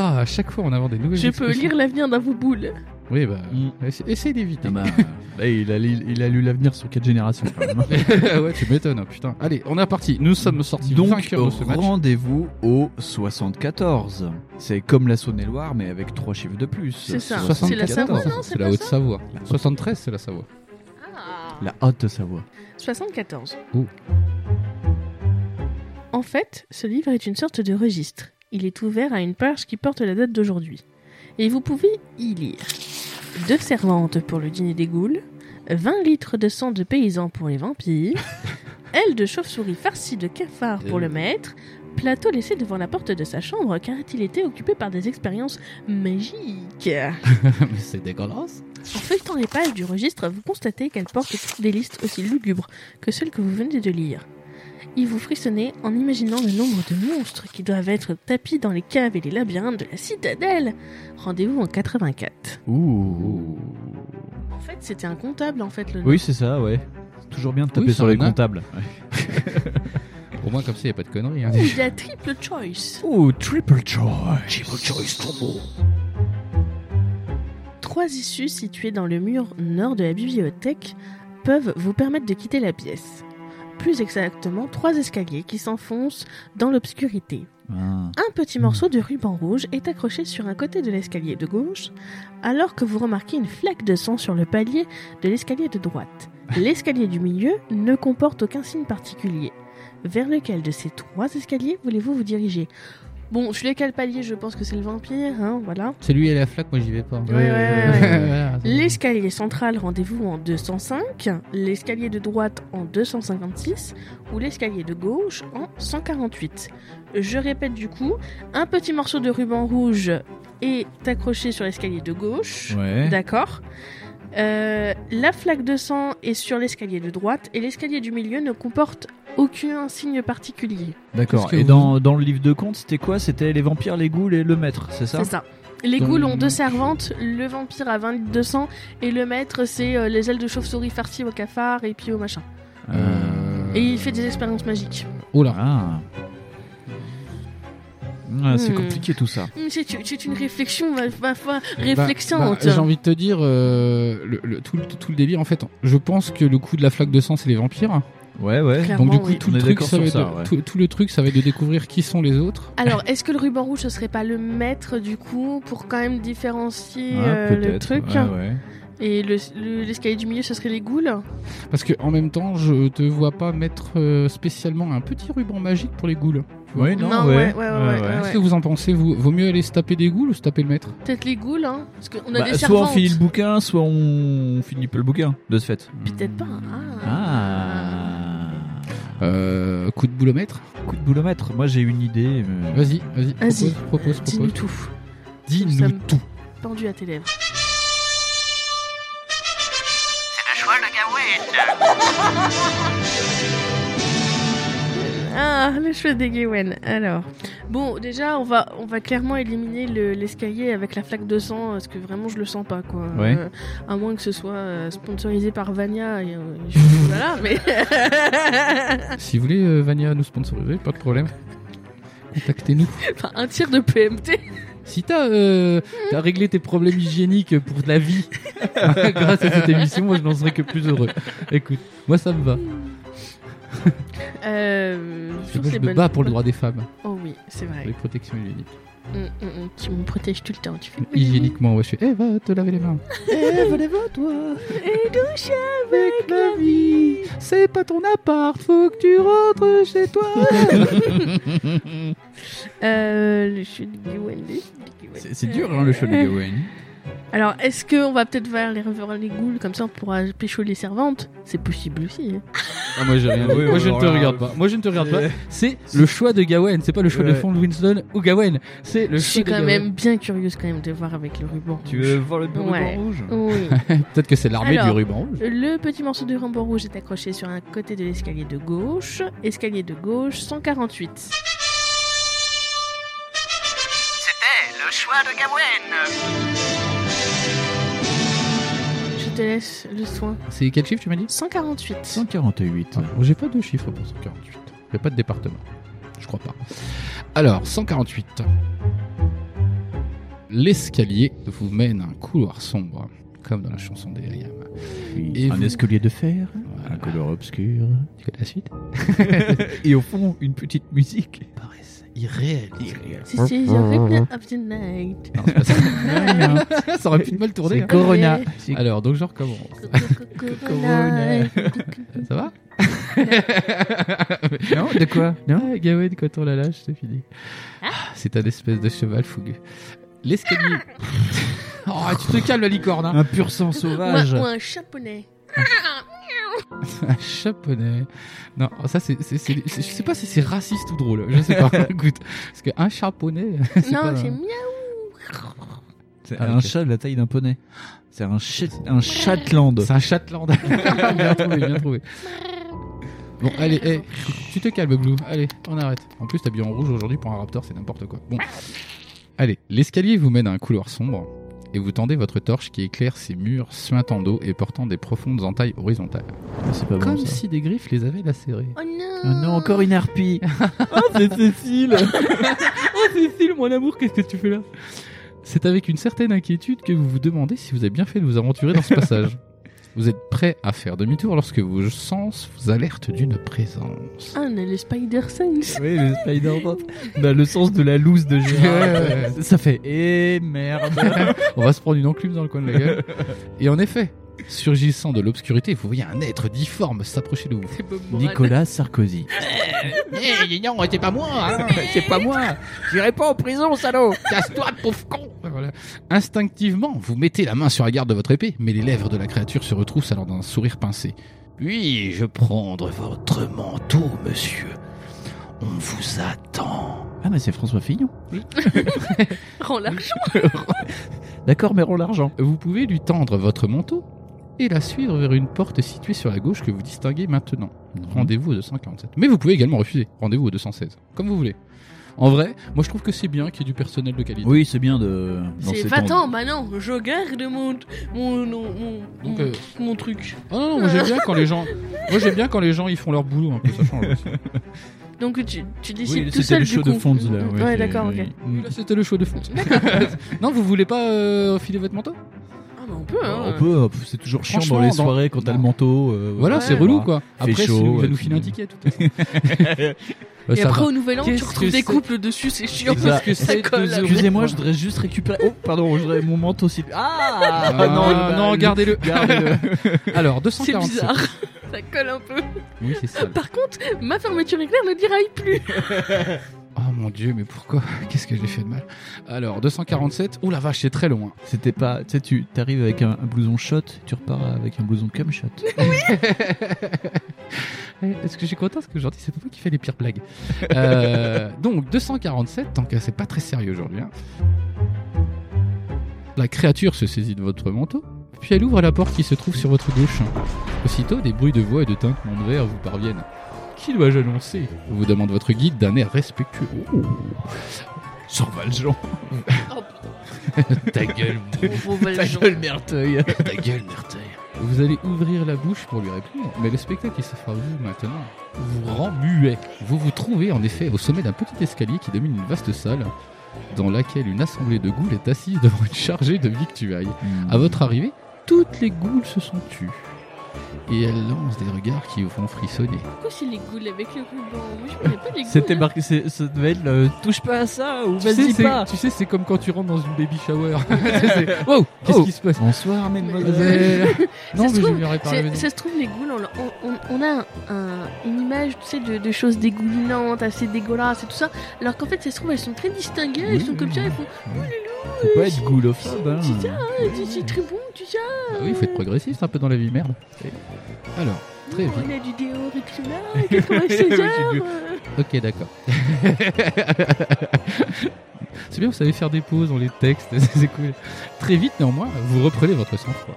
Ah, à chaque fois on a des nouvelles. Je peux expressions. lire l'avenir dans vos boules. Oui, bah, Mm. essa- essaye d'éviter. Ah bah, là, il, a, li- il a lu l'avenir sur 4 générations quand même. ouais, tu m'étonnes, hein, putain. Allez, on est parti. Nous sommes sortis Donc, vainqueurs de ce match. rendez-vous au 74. C'est comme la Saône-et-Loire, mais avec 3 chiffres de plus. C'est ça. C'est C'est la Savoie, non c'est c'est la pas Haute-Savoie. 73, c'est la Savoie. La haute Savoie. 74. Ouh. En fait, ce livre est une sorte de registre. Il est ouvert à une page qui porte la date d'aujourd'hui. Et vous pouvez y lire deux servantes pour le dîner des goules, 20 litres de sang de paysan pour les vampires, ailes de chauve-souris farcies de cafards pour Euh. le maître, plateau laissé devant la porte de sa chambre car il était occupé par des expériences magiques. Mais c'est dégueulasse. En feuilletant les pages du registre, vous constatez qu'elle porte toutes des listes aussi lugubres que celles que vous venez de lire. Et vous frissonnez en imaginant le nombre de monstres qui doivent être tapis dans les caves et les labyrinthes de la citadelle. Rendez-vous en 84. Ouh. En fait, c'était un comptable, en fait, le nom. Oui, c'est ça, ouais. C'est Toujours bien de taper Oui, ça sur les en a. comptables. Au moins, comme ça, il n'y a pas de conneries. hein. Ouh, il y a triple choice. Ouh, triple choice. Trois issues situées dans le mur nord de la bibliothèque peuvent vous permettre de quitter la pièce. Plus exactement, trois escaliers qui s'enfoncent dans l'obscurité. Ah. Un petit morceau de ruban rouge est accroché sur un côté de l'escalier de gauche, alors que vous remarquez une flaque de sang sur le palier de l'escalier de droite. L'escalier du milieu ne comporte aucun signe particulier. Vers lequel de ces trois escaliers voulez-vous vous diriger Bon, je lequel palier Je pense que c'est le vampire, hein, voilà. C'est lui et la flaque, moi j'y vais pas. Ouais, ouais, ouais, ouais. Les... L'escalier central, rendez-vous en 205, l'escalier de droite en 256 ou l'escalier de gauche en 148. Je répète du coup, un petit morceau de ruban rouge est accroché sur l'escalier de gauche. Ouais. D'accord. Euh, la flaque de sang est sur l'escalier de droite et l'escalier du milieu ne comporte aucun signe particulier. D'accord. Qu'est-ce que Et vous- dans, dans le livre de contes, c'était quoi C'était les vampires, les ghouls et le maître, c'est ça C'est ça. Les Donc- ghouls ont deux servantes, le vampire a 20 litres de sang et le maître c'est euh, les ailes de chauve-souris farcies au cafard et puis au machin. Euh, Et il fait des expériences magiques. Oh là. Ah. Ah, c'est Hmm. compliqué tout ça. Hmm, C'est c'est une réflexion, ma, ma foi, Bah, réflexionnante. bah, J'ai envie de te dire, euh, le- le- tout, le- tout le délire, en fait, je pense que le coup de la flaque de sang, c'est les vampires. hein. Ouais, ouais. Clairement, Donc, du coup, oui. tout On le, est truc, d'accord ça sur va être ça, de- ouais. tout, tout le truc, ça va être de découvrir qui sont les autres. Alors, est-ce que le ruban rouge ce serait pas le maître du coup pour quand même différencier Ah, euh, le peut-être, truc ouais, ouais. Et le- le- l'escalier du milieu ce serait les ghouls Parce que en même temps, je te vois pas mettre euh, spécialement un petit ruban magique pour les ghouls. Ouais, non, Non, ouais. ouais, ouais, ouais, ouais. Qu'est-ce que vous en pensez vous Vaut mieux aller se taper des ghouls ou se taper le maître Peut-être les ghouls, hein Parce qu'on a Bah, des soit on servantes. finit le bouquin, soit on finit pas le bouquin, de ce fait. Peut-être pas. hein. Ah. Ah. Euh, Coup de boule au maître Coup de boulomètre, moi j'ai une idée. mais- Vas-y, vas-y. Vas-y, Propose, propose, dis-nous propose. tout. Dis-nous Ça me- tout. Pendu à tes lèvres. Ah, le choix des Gawain. Alors, bon, déjà, on va, on va clairement éliminer le- l'escalier avec la flaque de sang, parce que vraiment, je le sens pas, quoi. Ouais. Euh, à moins que ce soit euh, sponsorisé par Vania. Et, euh, je suis là, mais. Si vous voulez, euh, Vania nous sponsoriser, pas de problème. Contactez-nous. enfin, un tir de PMT. Si t'as euh, t'as réglé tes problèmes hygiéniques pour la vie grâce à cette émission, moi je n'en serais que plus heureux. Écoute, moi ça me va. Euh, je Parce que trouve moi, que je c'est me bonne- bats pour le droit des femmes, Oh oui, c'est vrai. les protections hygiéniques. Hum, hum, hum, tu me protèges tout le temps. Tu fais. Hygiéniquement, ouais, je suis. Eh, va te laver les mains. Eh, va laver toi. Et douche Avec la vie, c'est pas ton appart, faut que tu rentres chez toi. Euh, le chou de Gawain, le chou de Gawain. C'est c'est dur, hein, le choix de Gawain. Alors, est-ce qu'on va peut-être vers les, vers les ghouls, comme ça on pourra pécho les servantes C'est possible aussi. hein. Ah, moi, j'ai rien. dit. moi, je ne alors te là, regarde pas. Moi, je ne te regarde pas. euh, C'est le choix de Gawain. C'est pas le choix de Ouais. Fond Winston ou Gawain. C'est le Je choix suis de quand Gawain. même bien curieuse quand même de voir avec le ruban. Tu rouge. veux voir le bureau Ouais. rouge Oui. Peut-être que c'est l'armée Alors. du ruban rouge. Le petit morceau de ruban rouge est accroché sur un côté de l'escalier de gauche. Escalier de gauche 148. C'était le choix de Gawain. Je te laisse le soin. C'est quel chiffre tu m'as dit 148. 148. Ah, J'ai pas de chiffre pour 148. J'ai pas de département. Je crois pas. Alors, 148. L'escalier vous mène à un couloir sombre, comme dans la chanson d'Eliam. Et un vous- escalier de fer, Voilà. un couleur obscur. Tu connais Ah, la suite Et au fond, une petite musique. Paresse irréel. Irréel. This is a replay of the night. Non, c'est pas hein. ça. ça aurait pu de mal tourner. hein. Corona. Alors, donc je recommence. Corona. Ça va Non, de quoi Non, Ah, Gawain, quand on la lâche, c'est fini. Ah, C'est un espèce de cheval fougueux. L'escalier. oh, tu te calmes, la licorne. hein. Un pur sang sauvage. Ou un japonais. Un chaponais. Non, oh, ça, c'est. c'est- c'est- c'est- Je sais pas si c'est raciste ou drôle. Je sais pas. Écoute. Parce qu'un chaponais. c'est Non, pas- j'ai miaou. C'est Ah, un ok. chat de la taille d'un poney. C'est un, chat- un Shetland. C'est un Chatland. bien trouvé, bien trouvé. Bon, allez, eh, tu- tu te calmes, Blue. Allez, on arrête. En plus, t'as bien en rouge aujourd'hui pour un raptor, c'est n'importe quoi. Bon. Allez, l'escalier vous mène à un couloir sombre et vous tendez votre torche qui éclaire ces murs suintants d'eau et portant des profondes entailles horizontales. C'est pas Comme si des griffes les avaient lacérés. Oh non. Ah non, encore une harpie. Ah, c'est Cécile Oh Cécile, mon amour, qu'est-ce que tu fais là C'est avec une certaine inquiétude que vous vous demandez si vous avez bien fait de vous aventurer dans ce passage. Vous êtes prêt à faire demi-tour lorsque vos sens vous alertent d'une présence. Ah, on a le Spider Sense. oui, le Spider-Man. Bah, le sens de la loose de Ouais, ouais, Gérard. Ça fait eh merde. On va se prendre une enclume dans le coin de la gueule. Et en effet, surgissant de l'obscurité, vous voyez un être difforme s'approcher de vous. C'est Bob Moran. Nicolas Sarkozy. Hé, non, c'est pas moi hein. C'est pas moi. J'irai pas en prison, salaud. Casse-toi, pauvre con Voilà. Instinctivement, vous mettez la main sur la garde de votre épée, mais les lèvres de la créature se retroussent alors d'un sourire pincé. Puis-je prendre votre manteau, monsieur On vous attend. Ah, mais c'est François Fillon. Rends l'argent. D'accord, mais rends l'argent. Vous pouvez lui tendre votre manteau et la suivre vers une porte située sur la gauche que vous distinguez maintenant. Mhm. Rendez-vous au 247. Mais vous pouvez également refuser. Rendez-vous au 216. Comme vous voulez. En vrai, moi je trouve que c'est bien qu'il y ait du personnel de qualité. Oui, c'est bien de. dans C'est ces va-t'en, temps- bah non, je garde mon, mon, mon, mon, Donc, mon- euh, mon truc. Oh non, non, moi j'aime bien quand les gens, moi j'aime bien quand les gens ils font leur boulot un peu, ça change. Donc tu, tu décides Oui, tout c'était seul le du show coup. de Fonz, là. ouais, d'accord, ok. Oui, là, c'était le choix de fond. non, vous voulez pas euh, filer votre manteau Ah bah on peut, hein. On peut, euh, pff, c'est toujours chiant Franchement, dans les dans- soirées quand bah. t'as dans- le manteau. euh, Voilà, Ouais, c'est voilà. relou quoi. Fait Après, chaud, c'est- il va ouais, nous c'est filer un bien. ticket. de toute façon. Bah, Et ça après va. au Nouvel An, Qu'est-ce tu que retrouves des c'est couples dessus, c'est chiant. Qu'est-ce que ça c'est colle. deux euros Excusez-moi, je voudrais juste récupérer. Oh, pardon, j'aurais mon manteau aussi. Ah, Ah, non, bah, non, le- gardez-le. gardez-le. Alors, C'est 247. bizarre. ça colle un peu. Oui, c'est ça. Par contre, ma fermeture éclair ne diraille plus. Oh mon dieu, mais pourquoi Qu'est-ce que j'ai fait de mal Alors, 247. Ouh la vache, c'est très loin. C'était pas. Tu sais, tu t'arrives avec un, un blouson shot, tu repars avec un blouson cum shot. Eh, Est-ce que je suis content Parce que aujourd'hui, c'est toi qui fais les pires blagues. Euh, donc, 247, tant que c'est pas très sérieux aujourd'hui. hein. La créature se saisit de votre manteau, puis elle ouvre la porte qui se trouve sur votre gauche. Aussitôt, des bruits de voix et de tintements de verre vous parviennent. Qui dois-je annoncer vous demande votre guide d'un air respectueux. Oh, Jean Valjean. ta gueule, Bon, bah, Ta les gens. gueule, merteuil. ta gueule, merteille. Vous allez ouvrir la bouche pour lui répondre, mais le spectacle qui s'offre à vous maintenant vous rend muet. Vous vous trouvez en effet au sommet d'un petit escalier qui domine une vaste salle dans laquelle une assemblée de goules est assise devant une chargée de victuailles. À votre arrivée, toutes les goules se sont tues. Et elles lancent des regards qui vous font frissonner. Pourquoi c'est les goules avec le ruban Moi je connais pas les goules. C'était hein. marqué, c'est- ça devait être le touche pas à ça ou vas-y c'est- pas. tu sais, c'est comme quand tu rentres dans une baby shower. C'est- wow, qu'est-ce Oh. qui se passe Bonsoir, mesdemoiselles. C'est- Non, se mais je trouve, verrai pas. la Ça, maison. ça se trouve, les goules, on, on- on a un- une image tu sais, de, de choses dégoulinantes, assez dégueulasses et tout ça. Alors qu'en fait, ça se trouve, elles sont très distinguées, elles Oui, sont comme oui, ça, elles font Faut pas être goulophobe. hein. Tu sais, ah, tu- c'est très bon, tu sais, ah, Bah oui, faut être progressiste un peu dans la vie, merde. Alors, très vite. on Ah, a du déo Rexona, 96 heures. euh. Ok, d'accord. c'est bien, vous savez faire des pauses dans les textes, c'est cool. Très vite, néanmoins, vous reprenez votre sang-froid.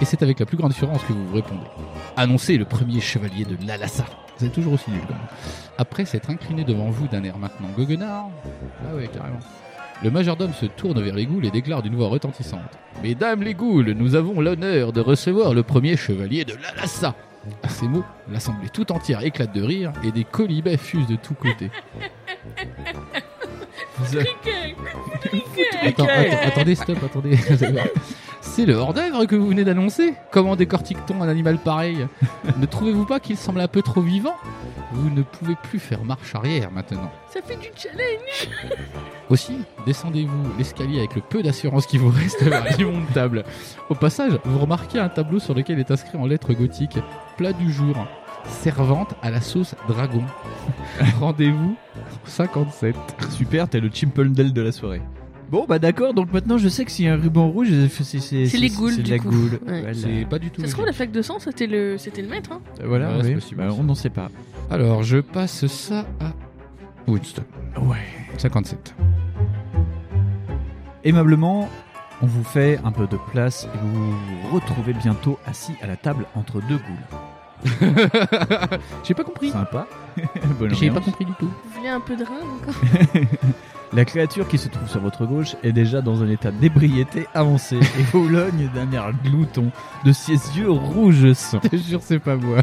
Et c'est avec la plus grande assurance que vous vous répondez. Annoncez le premier chevalier de l'Alassa. Vous êtes toujours aussi nul. quand même. Après s'être incliné devant vous d'un air maintenant goguenard, ah ouais, carrément. Le majordome se tourne vers les goules et déclare d'une voix retentissante Mesdames les goules, nous avons l'honneur de recevoir le premier chevalier de l'Alassa. À ces mots, l'assemblée tout entière éclate de rire et des colibets fusent de tous côtés. Vous, a- Ok. Attends, attends, attendez, stop, attendez. Vous allez voir. C'est le hors-d'œuvre que vous venez d'annoncer. Comment décortique-t-on un animal pareil Ne trouvez-vous pas qu'il semble un peu trop vivant Vous ne pouvez plus faire marche arrière maintenant. Ça fait du challenge Aussi, descendez-vous l'escalier avec le peu d'assurance qui vous reste vers l'immonde table. Au passage, vous remarquez un tableau sur lequel est inscrit en lettres gothiques Plat du jour, servante à la sauce dragon. Rendez-vous 57. Super, t'es le Chimpendel de la soirée. Bon, bah d'accord, donc maintenant je sais que s'il y a un ruban rouge, c'est c'est- C'est les goules, C'est du la coup. goule. Ouais. Voilà. C'est pas du Ça tout. se logique. trouve, la flaque de sang, c'était le, c'était le maître, hein Euh, Voilà, Ouais, c'est oui. possible, Bah, ça. on n'en sait pas. Alors, je passe ça à Woodstone. Ouais. 57. Aimablement, on vous fait un peu de place et vous vous retrouvez bientôt assis à la table entre deux goules. J'ai pas compris. Sympa. Bonne J'ai ambiance. pas compris du tout. Vous voulez un peu de rein encore La créature qui se trouve sur votre gauche est déjà dans un état d'ébriété avancé et vous logne d'un air glouton, de ses yeux rouges sang. Je te jure, c'est pas moi.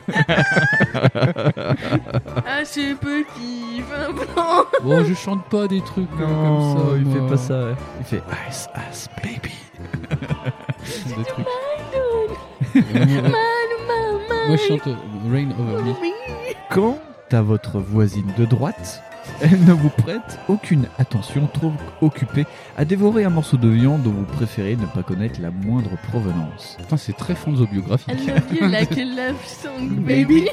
Ah, c'est petit, vin blanc Bon, Oh, je chante pas des trucs euh, comme ça. il moi. fait pas ça. ouais. Oh, Il fait Ice Ice Baby. Des trucs. moi, moi, je chante euh, Rain Over Me. Quant à votre voisine de droite, elle ne vous prête aucune attention, trop occupée à dévorer un morceau de viande dont vous préférez ne pas connaître la moindre provenance. Putain, c'est très fonzo biographique. I love you like a love song, baby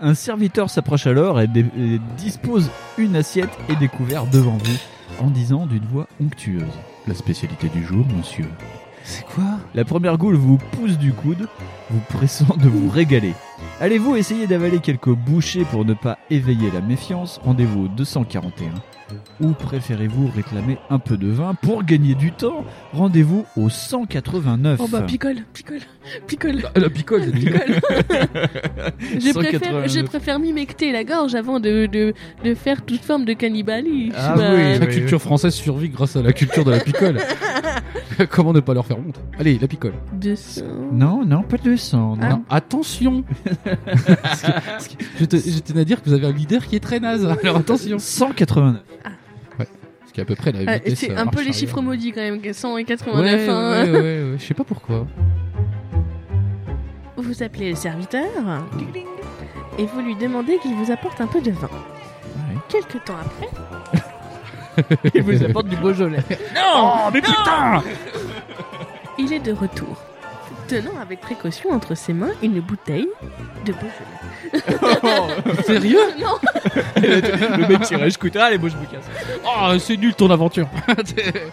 Un serviteur s'approche alors et, dé- et dispose une assiette et des couverts devant vous en disant d'une voix onctueuse La spécialité du jour, monsieur. C'est quoi La première goule vous pousse du coude, vous pressant de vous régaler. Allez-vous essayer d'avaler quelques bouchées pour ne pas éveiller la méfiance Rendez-vous au 241. Ou préférez-vous réclamer un peu de vin pour gagner du temps Rendez-vous au 189. Oh bah, picole, picole, picole Ah, La picole, Picole. je, 189. préfère, je préfère m'humecter la gorge avant de, de, de faire toute forme de cannibalisme. Ah La oui. culture française survit grâce à la culture de la picole. Comment ne pas leur faire honte Allez, la picole. De sang. Non, non, pas de sang. non. Non, attention Ah. Parce que- parce que je, te- je tenais à dire que vous avez un leader qui est très naze, alors attention 189. Parce qu'à peu près la Ah, vitesse... c'est euh, un peu marche les chiffres arrière. maudits quand même, 189. Ouais, ouais, hein. ouais, ouais, je sais pas pourquoi. Vous appelez le serviteur et vous lui demandez qu'il vous apporte un peu de vin. Ouais. Quelque temps après, Il vous apporte du Beaujolais. non, mais putain Il est de retour, tenant avec précaution entre ses mains une bouteille de Beaujolais. Sérieux Non, Le mec tirage coûtera, les bouches me cassent. Oh, c'est nul ton aventure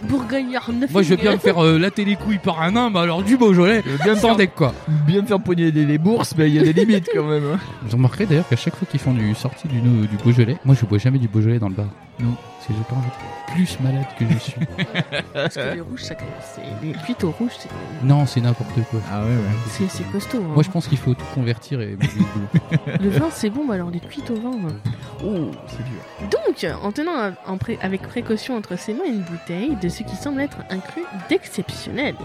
Bourgognard neuf. Moi, je veux bien me faire euh, latter les couilles par un nain, mais alors du Beaujolais, Je veux bien me sans faire, deck, quoi bien me faire poigner les, les bourses, mais il y a des limites quand même. hein. Vous remarquerez d'ailleurs qu'à chaque fois qu'ils font du sortie du, du Beaujolais, moi, je bois jamais du Beaujolais dans le bar. Non, parce que j'ai pas envie de- plus malade que je suis. Parce que le rouge, ça quand même, c'est. Les cuites au rouge, c'est- non, c'est n'importe quoi. Ah ouais, ouais. c'est c'est costaud. hein. Moi, je pense qu'il faut tout convertir et... Le vin, c'est bon, mais alors les cuites au vin. hein. Oh, c'est dur. Donc, en tenant un- en pré- avec précaution entre ses mains une bouteille de ce qui semble être un cru d'exceptionnel,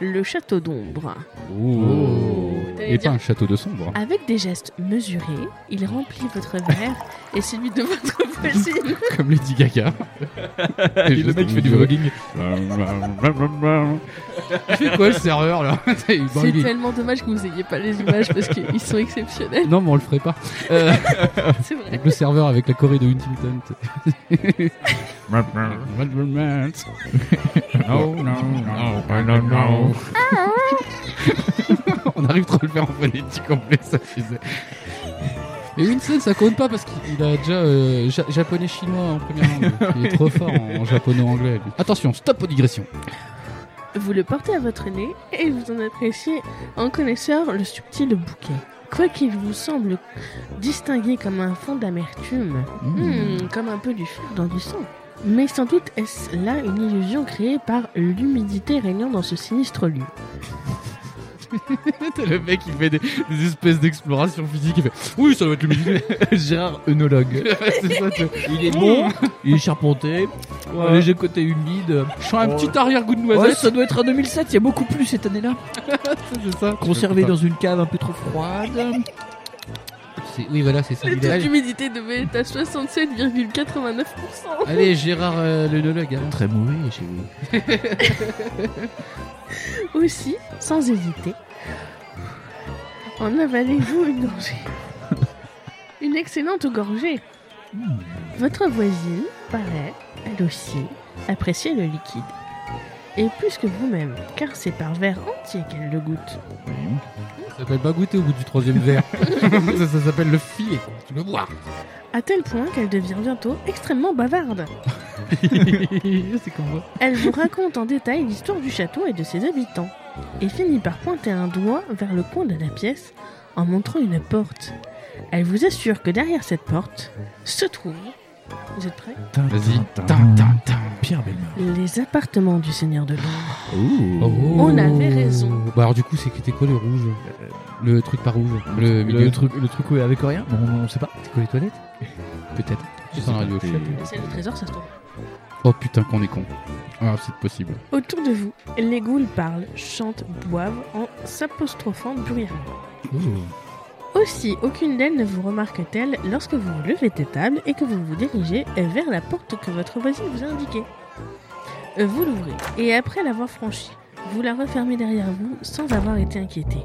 le château d'ombre. Oh. T'allais Et dire- pas un château de sombre. hein, Avec des gestes mesurés, il remplit votre verre et celui de votre voisine. comme Lady Gaga. Et le mec fait du voguing. Il fait quoi le serveur là Il C'est voguing. tellement dommage que vous n'ayez pas les images parce qu'ils sont exceptionnels. Non, mais on le ferait pas. Euh, C'est vrai. avec le serveur avec la Corée de Huntington. on arrive trop à le faire en phonétique en plus, ça faisait. Mais Winston, ça compte pas parce qu'il a déjà euh, ja- japonais-chinois en première langue. Il est trop fort en, en japonais-anglais. lui. Attention, stop aux digressions. Vous le portez à votre nez et vous en appréciez en connaisseur le subtil bouquet. Quoiqu'il vous semble distingué comme un fond d'amertume, hmm, comme un peu du feu dans du sang. Mais sans doute est-ce là une illusion créée par l'humidité régnant dans ce sinistre lieu. T'as le mec qui fait des, des espèces d'explorations physiques. Il fait Oui, ça doit être l'humidité. Gérard œnologue. c'est Hmm. ça, tu vois. Il est bon, il est charpenté, un léger côté humide. Je sens un Oh. petit arrière-goût de Ouais, noisette. ça doit être en 2007, il y a beaucoup plus cette année-là. c'est ça. Conservé dans une cave un peu trop froide. c'est- Oui, voilà, c'est ça. Le taux l'idéal. d'humidité devait être à 67,89%. Allez, Gérard euh, le nologue. hein. Très mauvais chez vous. Aussi, sans hésiter, en avalez-vous une gorgée. une excellente gorgée. Votre voisine paraît, elle aussi, apprécier le liquide. Et plus que vous-même, car c'est par verre entier qu'elle le goûte. Ça s'appelle pas goûter au bout du troisième verre. ça ça s'appelle le filet. quoi. Tu veux boire. À tel point qu'elle devient bientôt extrêmement bavarde. c'est comme moi. Elle vous raconte en détail l'histoire du château et de ses habitants, et finit par pointer un doigt vers le coin de la pièce en montrant une porte. Elle vous assure que derrière cette porte se trouvent, vous êtes prêts Vas-y. Tin, Tintin. tin, tin. Pierre Bellemare. Les appartements du Seigneur de l'Ombre. Oh. On avait raison. Bah alors du coup, c'était quoi le rouge Euh, Le truc pas rouge. Le, milieu. Le truc, le truc où- avec rien On on sait pas. C'était quoi les toilettes Peut-être. Juste en radio. C'était- C'est le trésor, ça se trouve. Oh putain qu'on est con. Ah c'est possible. Autour de vous, les ghouls parlent, chantent, boivent en s'apostrophant bruyamment. Aussi, aucune d'elles ne vous remarque-t-elle lorsque vous vous levez de table et que vous vous dirigez vers la porte que votre voisine vous a indiquée. Euh, Vous l'ouvrez, et après l'avoir franchie, vous la refermez derrière vous sans avoir été inquiété.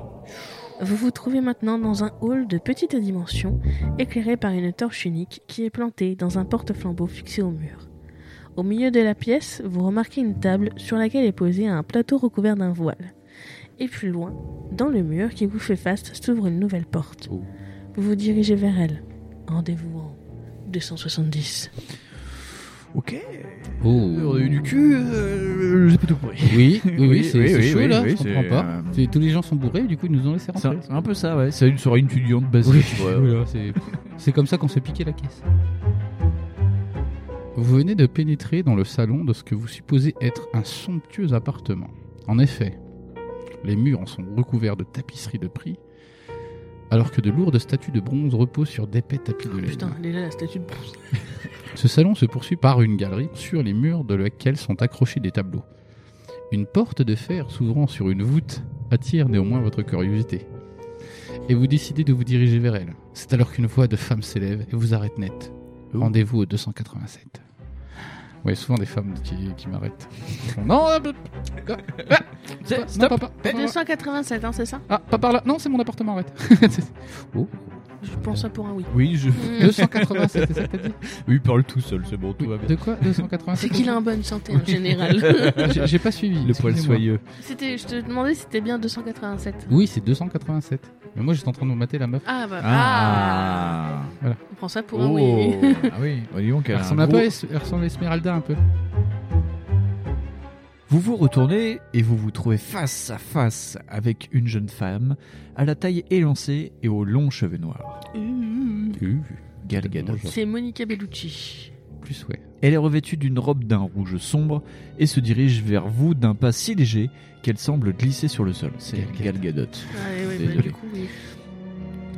Vous vous trouvez maintenant dans un hall de petite dimension, éclairé par une torche unique qui est plantée dans un porte-flambeau fixé au mur. Au milieu de la pièce, vous remarquez une table sur laquelle est posé un plateau recouvert d'un voile. Et plus loin, dans le mur qui vous fait face, s'ouvre une nouvelle porte. Oh. Vous vous dirigez vers elle. Rendez-vous en 270. Ok. Oh. On a eu du cul. euh, J'ai pas tout compris. Oui, oui, oui, Oui, c'est oui, c'est oui, chaud oui, là, oui, je comprends c'est, pas. euh, C'est- Tous les gens sont bourrés, du coup ils nous ont laissé C'est rentrer. un, c'est un peu ça, ouais. C'est une soirée étudiante Oui, basique. ouais. voilà, c'est- c'est comme ça qu'on se fait piquer la caisse. Vous venez de pénétrer dans le salon de ce que vous supposez être un somptueux appartement. En effet, les murs en sont recouverts de tapisseries de prix, alors que de lourdes statues de bronze reposent sur d'épais tapis de laine. Putain, elle est là la statue de bronze. Ce salon se poursuit par une galerie sur les murs de laquelle sont accrochés des tableaux. Une porte de fer s'ouvrant sur une voûte attire néanmoins votre curiosité. Et vous décidez de vous diriger vers elle. C'est alors qu'une voix de femme s'élève et vous arrête net. Oh. Rendez-vous au 287. Ouais, souvent des femmes qui, qui m'arrêtent. Non, ah, bah, ah, C'est- non, stop. pas par- pas par là. 287, hein, c'est ça Ah, pas par là. Non, c'est mon appartement, arrête. Hmm. Oh, Je pense ça pour un oui. Oui, je. Hmm. 287, c'est ça que t'as dit Oui, il parle tout seul, c'est bon, tout va bien. De quoi 287 C'est qu'il a en bonne santé en général. Ah, J'ai- J'ai pas suivi. Le poil excusez-moi. soyeux. C'était, je te demandais si c'était bien 287. Oui, c'est 287. Mais moi, j'étais en train de me mater la meuf. Ah bah, ah. Ah. on prend ça pour un oui. Oh. Ah oui. Bah, dis donc, Elle elle a un ressemble, un peu gros- à Es- elle ressemble à Esmeralda un peu. Vous vous retournez et vous vous trouvez face à face avec une jeune femme à la taille élancée et aux longs cheveux noirs. Mmh. Gal Gadot. C'est Monica Bellucci. Plus, ouais. Elle est revêtue d'une robe d'un rouge sombre et se dirige vers vous d'un pas si léger qu'elle semble glisser sur le sol. C'est Gal Gal Gadot. Ah oui, bah, Désolé. du coup, oui.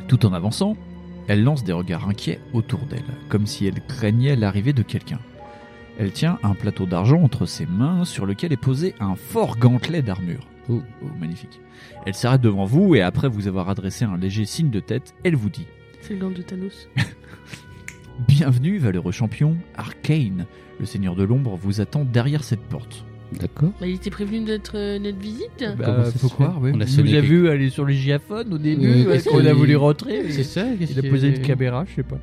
Tout en avançant, elle lance des regards inquiets autour d'elle, comme si elle craignait l'arrivée de quelqu'un. Elle tient un plateau d'argent entre ses mains sur lequel est posé un fort gantelet d'armure. Oh. magnifique. Elle s'arrête devant vous et après vous avoir adressé un léger signe de tête, elle vous dit C'est le gant de Thanos. Bienvenue, valeureux champion, Arcane. Le seigneur de l'ombre vous attend derrière cette porte. D'accord. Bah, il était prévenu d'être euh, notre visite. Bah, Comment ça se fait On a sonné quelque- vu aller sur le giaphone au Oui, ouais, parce qu'on que- rentrer. mais- C'est ça qu'est-ce que- caméra, je sais pas.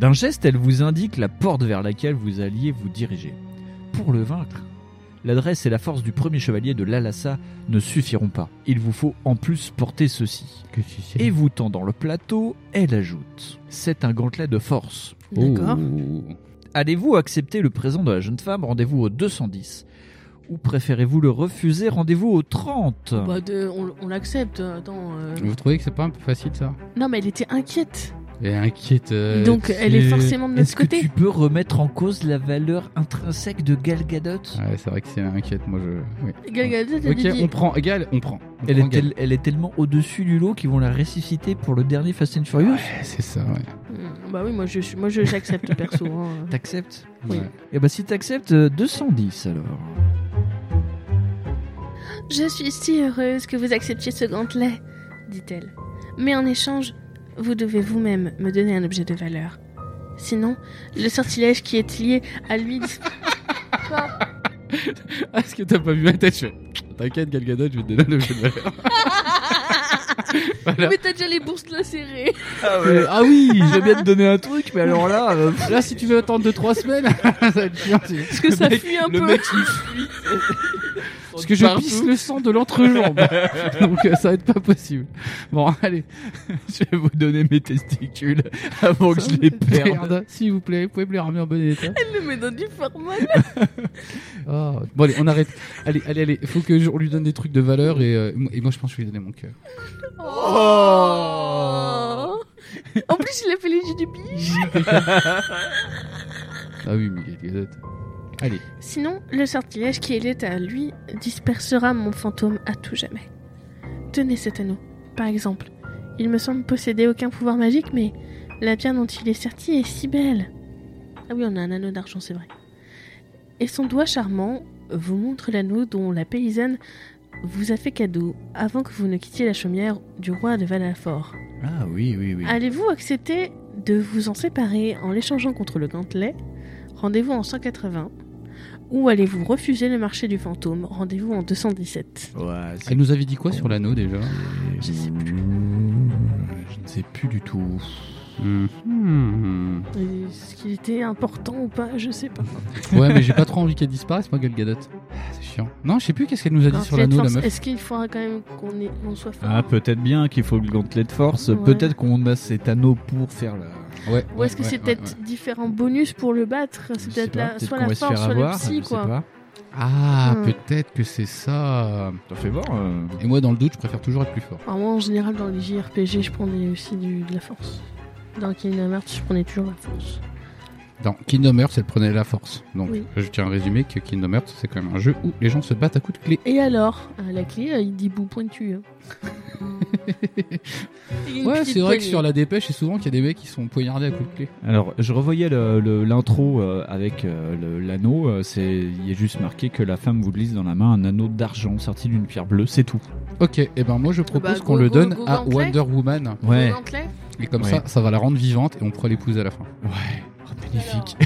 D'un geste, elle vous indique la porte vers laquelle vous alliez vous diriger. Pour le vaincre, l'adresse et la force du premier chevalier de l'Alassa ne suffiront pas. Il vous faut en plus porter ceci. Qu'est-ce que c'est Et vous tendant le plateau, elle ajoute C'est un gantelet de force. Oh. D'accord. Allez-vous accepter le présent de la jeune femme Rendez-vous au 210. Ou préférez-vous le refuser Rendez-vous au 30. Bah, de- on, on l'accepte. Attends. euh. Mm. Vous trouvez que c'est pas un peu facile ça Non, mais elle était inquiète. Et inquiète. euh, Donc, elle est forcément de Est-ce notre que tu côté. peux remettre en cause la valeur intrinsèque de Gal Gadot Ouais, c'est vrai que c'est inquiète, moi je. oui. Gal Gadot, elle Ok, dit- on prend. Gal, on prend. On Elle prend est, Gal. tel- elle est tellement au-dessus du lot qu'ils vont la ressusciter pour le dernier Fast and Furious. Ouais, Eh, c'est ça, ouais. Mmh, Bah oui, moi je suis- moi je j'accepte perso. hein. T'acceptes Oui. Ouais. Eh ben si t'acceptes, euh, 210 alors. Je suis si heureuse que vous acceptiez ce gantelet, dit-elle. Mais en échange, Vous devez vous-même me donner un objet de valeur. Sinon, le sortilège qui est lié à lui Est-ce que t'as pas vu ma tête Je fais, T'inquiète, Gal Gadot, je vais te donner un objet de valeur. Voilà. Mais t'as déjà les bourses lacérées. Ah, Euh, ah oui J'aime bien te donner un truc, mais alors là. euh, pff, Là, si tu veux attendre 2-3 semaines, ça va être chiant. Parce que ça fuit un le peu. mec il fuit. Parce que je pisse le sang de l'entrejambe. Donc, euh, ça va être pas possible. Bon, allez, Je vais vous donner mes testicules avant que je les perde. merde, S'il vous plaît, vous pouvez me les ramener en bon état. Elle le met dans du formal. Oh. Bon, allez, on arrête. Allez, allez, allez. Faut que je on lui donne des trucs de valeur et, euh, et moi, je pense que je vais lui donner mon cœur. Oh. En plus, il a fait les yeux du biche. Ah oui, mais Gal Gadot. Allez. Sinon, le sortilège qui est lié à lui dispersera mon fantôme à tout jamais. Tenez cet anneau, par exemple. Il me semble posséder aucun pouvoir magique, mais la pierre dont il est serti est si belle. Ah oui, on a un anneau d'argent, c'est vrai. Et son doigt charmant vous montre l'anneau dont la paysanne vous a fait cadeau avant que vous ne quittiez la chaumière du roi de Valafort. Ah oui, oui, oui. Allez-vous accepter de vous en séparer en l'échangeant contre le gantelet Rendez-vous en 180. Ou allez-vous refuser le marché du fantôme Rendez-vous en 217. Ouais, c'est- Elle nous avait dit quoi sur l'anneau déjà Je sais plus. Je ne sais plus du tout. Hmm. Est-ce qu'il était important ou pas Je sais pas. Ouais, mais j'ai pas trop envie qu'elle disparaisse, moi, Gal Gadot. Ah, C'est chiant. Non, je sais plus qu'est-ce qu'elle nous a dit Alors, sur faites l'anneau, la force. meuf. Est-ce qu'il faudra quand même qu'on ait- qu'on soit fort Ah, peut-être bien qu'il faut le gantelet de force. Ouais. Peut-être qu'on a cet anneau pour faire la. Ouais. Ou est-ce que ouais, c'est ouais, peut-être différents bonus pour le battre Je C'est sais peut-être pas, la- peut-être soit qu'on la va se faire force, soit le avoir, psy, je sais quoi. pas. ouais. Ah, Hmm. peut-être que c'est ça. T'en fais voir. euh. Et moi, dans le doute, je préfère toujours être plus fort. Enfin, moi, en général, dans les JRPG, je prenais aussi du- de la force. Dans Kingdom Hearts, je prenais toujours la force. Dans Kingdom Hearts, elle prenait la force. Donc, Oui. je tiens à résumer que Kingdom Hearts, c'est quand même un jeu où les gens se battent à coups de clé. Et alors À la clé, euh, il dit bout pointu. hein. Il y a une Ouais, petite c'est vrai poignée. que sur la dépêche, c'est souvent qu'il y a des mecs qui sont poignardés à coups de clé. Alors, je revoyais le- le- l'intro euh, avec euh, le- l'anneau. euh, c'est- Il est juste marqué que la femme vous glisse dans la main un anneau d'argent sorti d'une pierre bleue. C'est tout. Ok, et ben moi, je propose Bah, qu'on go, le go, donne go, à go, en Wonder Woman. Ouais. Et comme Ouais. ça, ça va la rendre vivante et on pourra l'épouser à la fin. Ouais. Oh, magnifique.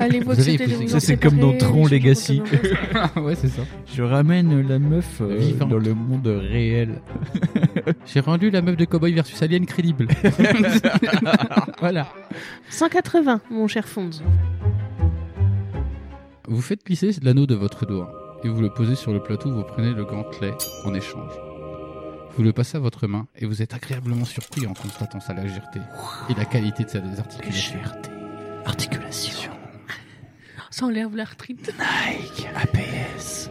Allez, Vous avez épousé. Ça, c'est comme dans Tron Legacy. ouais, c'est ça. Je ramène la meuf euh, Vivante. dans le monde réel. J'ai rendu la meuf de Cowboy versus Alien crédible. voilà. 180, mon cher Fonz. Vous faites glisser l'anneau de votre doigt et vous le posez sur le plateau. Vous prenez le gantelet en échange. Vous le passez à votre main et vous êtes agréablement surpris en constatant sa légèreté et la qualité de sa désarticulation. Articulation. Ça enlève l'arthrite. Nike. APS.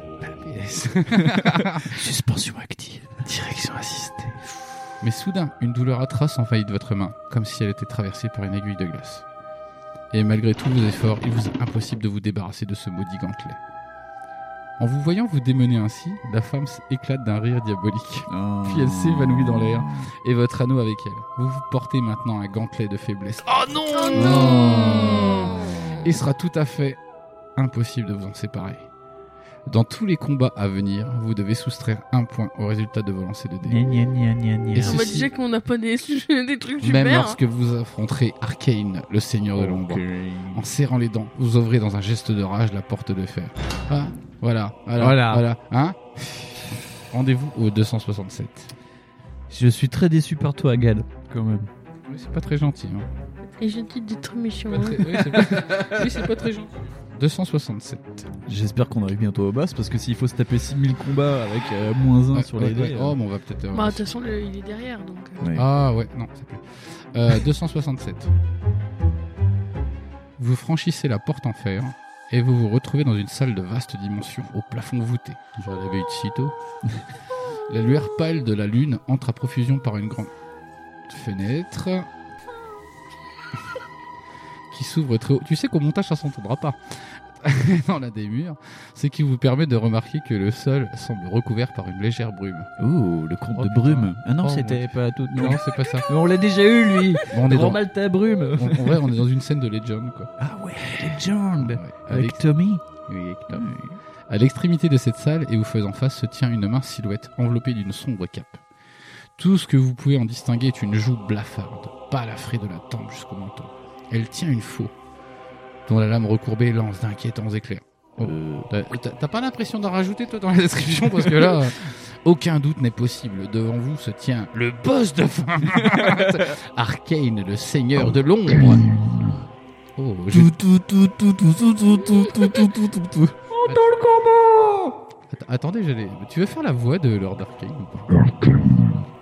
Suspension active. Direction assistée. Mais soudain, une douleur atroce envahit de votre main, comme si elle était traversée par une aiguille de glace. Et malgré tous vos efforts, il vous est impossible de vous débarrasser de ce maudit gantelet. En vous voyant vous démener ainsi, la femme éclate d'un rire diabolique, Ah. puis elle s'évanouit dans l'air, et votre anneau avec elle. Vous vous portez maintenant un gantelet de faiblesse, Oh non. non et sera tout à fait impossible de vous en séparer. Dans tous les combats à venir, vous devez soustraire un point au résultat de vos lancers de dés. Et On m'a ceci- déjà qu'on n'a pas des, des trucs Même super. lorsque vous affronterez Arcane, le seigneur de l'ombre. En Ok. serrant les dents, vous ouvrez dans un geste de rage la porte de fer. Ah, voilà, voilà, voilà. Voilà. Hein Rendez-vous au 267. Je suis très déçu par toi, Gal. Quand même. Oui, c'est pas très gentil. hein. Et je dis des trucs méchants. Pas hein. très- euh, oui, c'est pas... oui, c'est pas très gentil. 267. J'espère qu'on arrive bientôt au boss parce que s'il faut se taper 6000 combats avec euh, moins 1 Ouais, sur ouais, les ouais. dés. hein. Oh, mais on va peut-être. euh, Bah, de toute façon, le- il est derrière, donc... euh. Ouais. Ah ouais, non, ça plaît. Euh, 267. Vous franchissez la porte en fer et vous vous retrouvez dans une salle de vaste dimension au plafond voûté. Je l'avais eu de sitôt. la lueur pâle de la lune entre à profusion par une grande fenêtre qui s'ouvre très haut. Tu sais qu'au montage ça s'entendra pas. dans l'un des murs, ce qui vous permet de remarquer que le sol semble recouvert par une légère brume. Ouh, le compte Oh, de putain. brume. Ah non, Oh, c'était pas tout. Non, c'est pas ça. Mais on l'a déjà eu, lui. Bon, on est dans... ta brume. en- en vrai, on est dans une scène de Legend, quoi. Ah ouais, Legend. Ouais, Ben, Avec Tommy. À l'extrémité de cette salle et vous faisant face se tient une mince silhouette enveloppée d'une sombre cape. Tout ce que vous pouvez en distinguer est une joue blafarde, balafrée de la tempe jusqu'au menton. Elle tient une faux, dont la lame recourbée lance d'inquiétants éclairs. Oh. Euh, Euh, T'as t'as pas l'impression d'en rajouter toi dans la description parce que là, euh, aucun doute n'est possible. Devant vous se tient le boss de fin, Arcane, le seigneur de l'ombre. Oh, je... Att- Attendez, j'allais. Tu veux faire la voix de Lord Arcane ou pas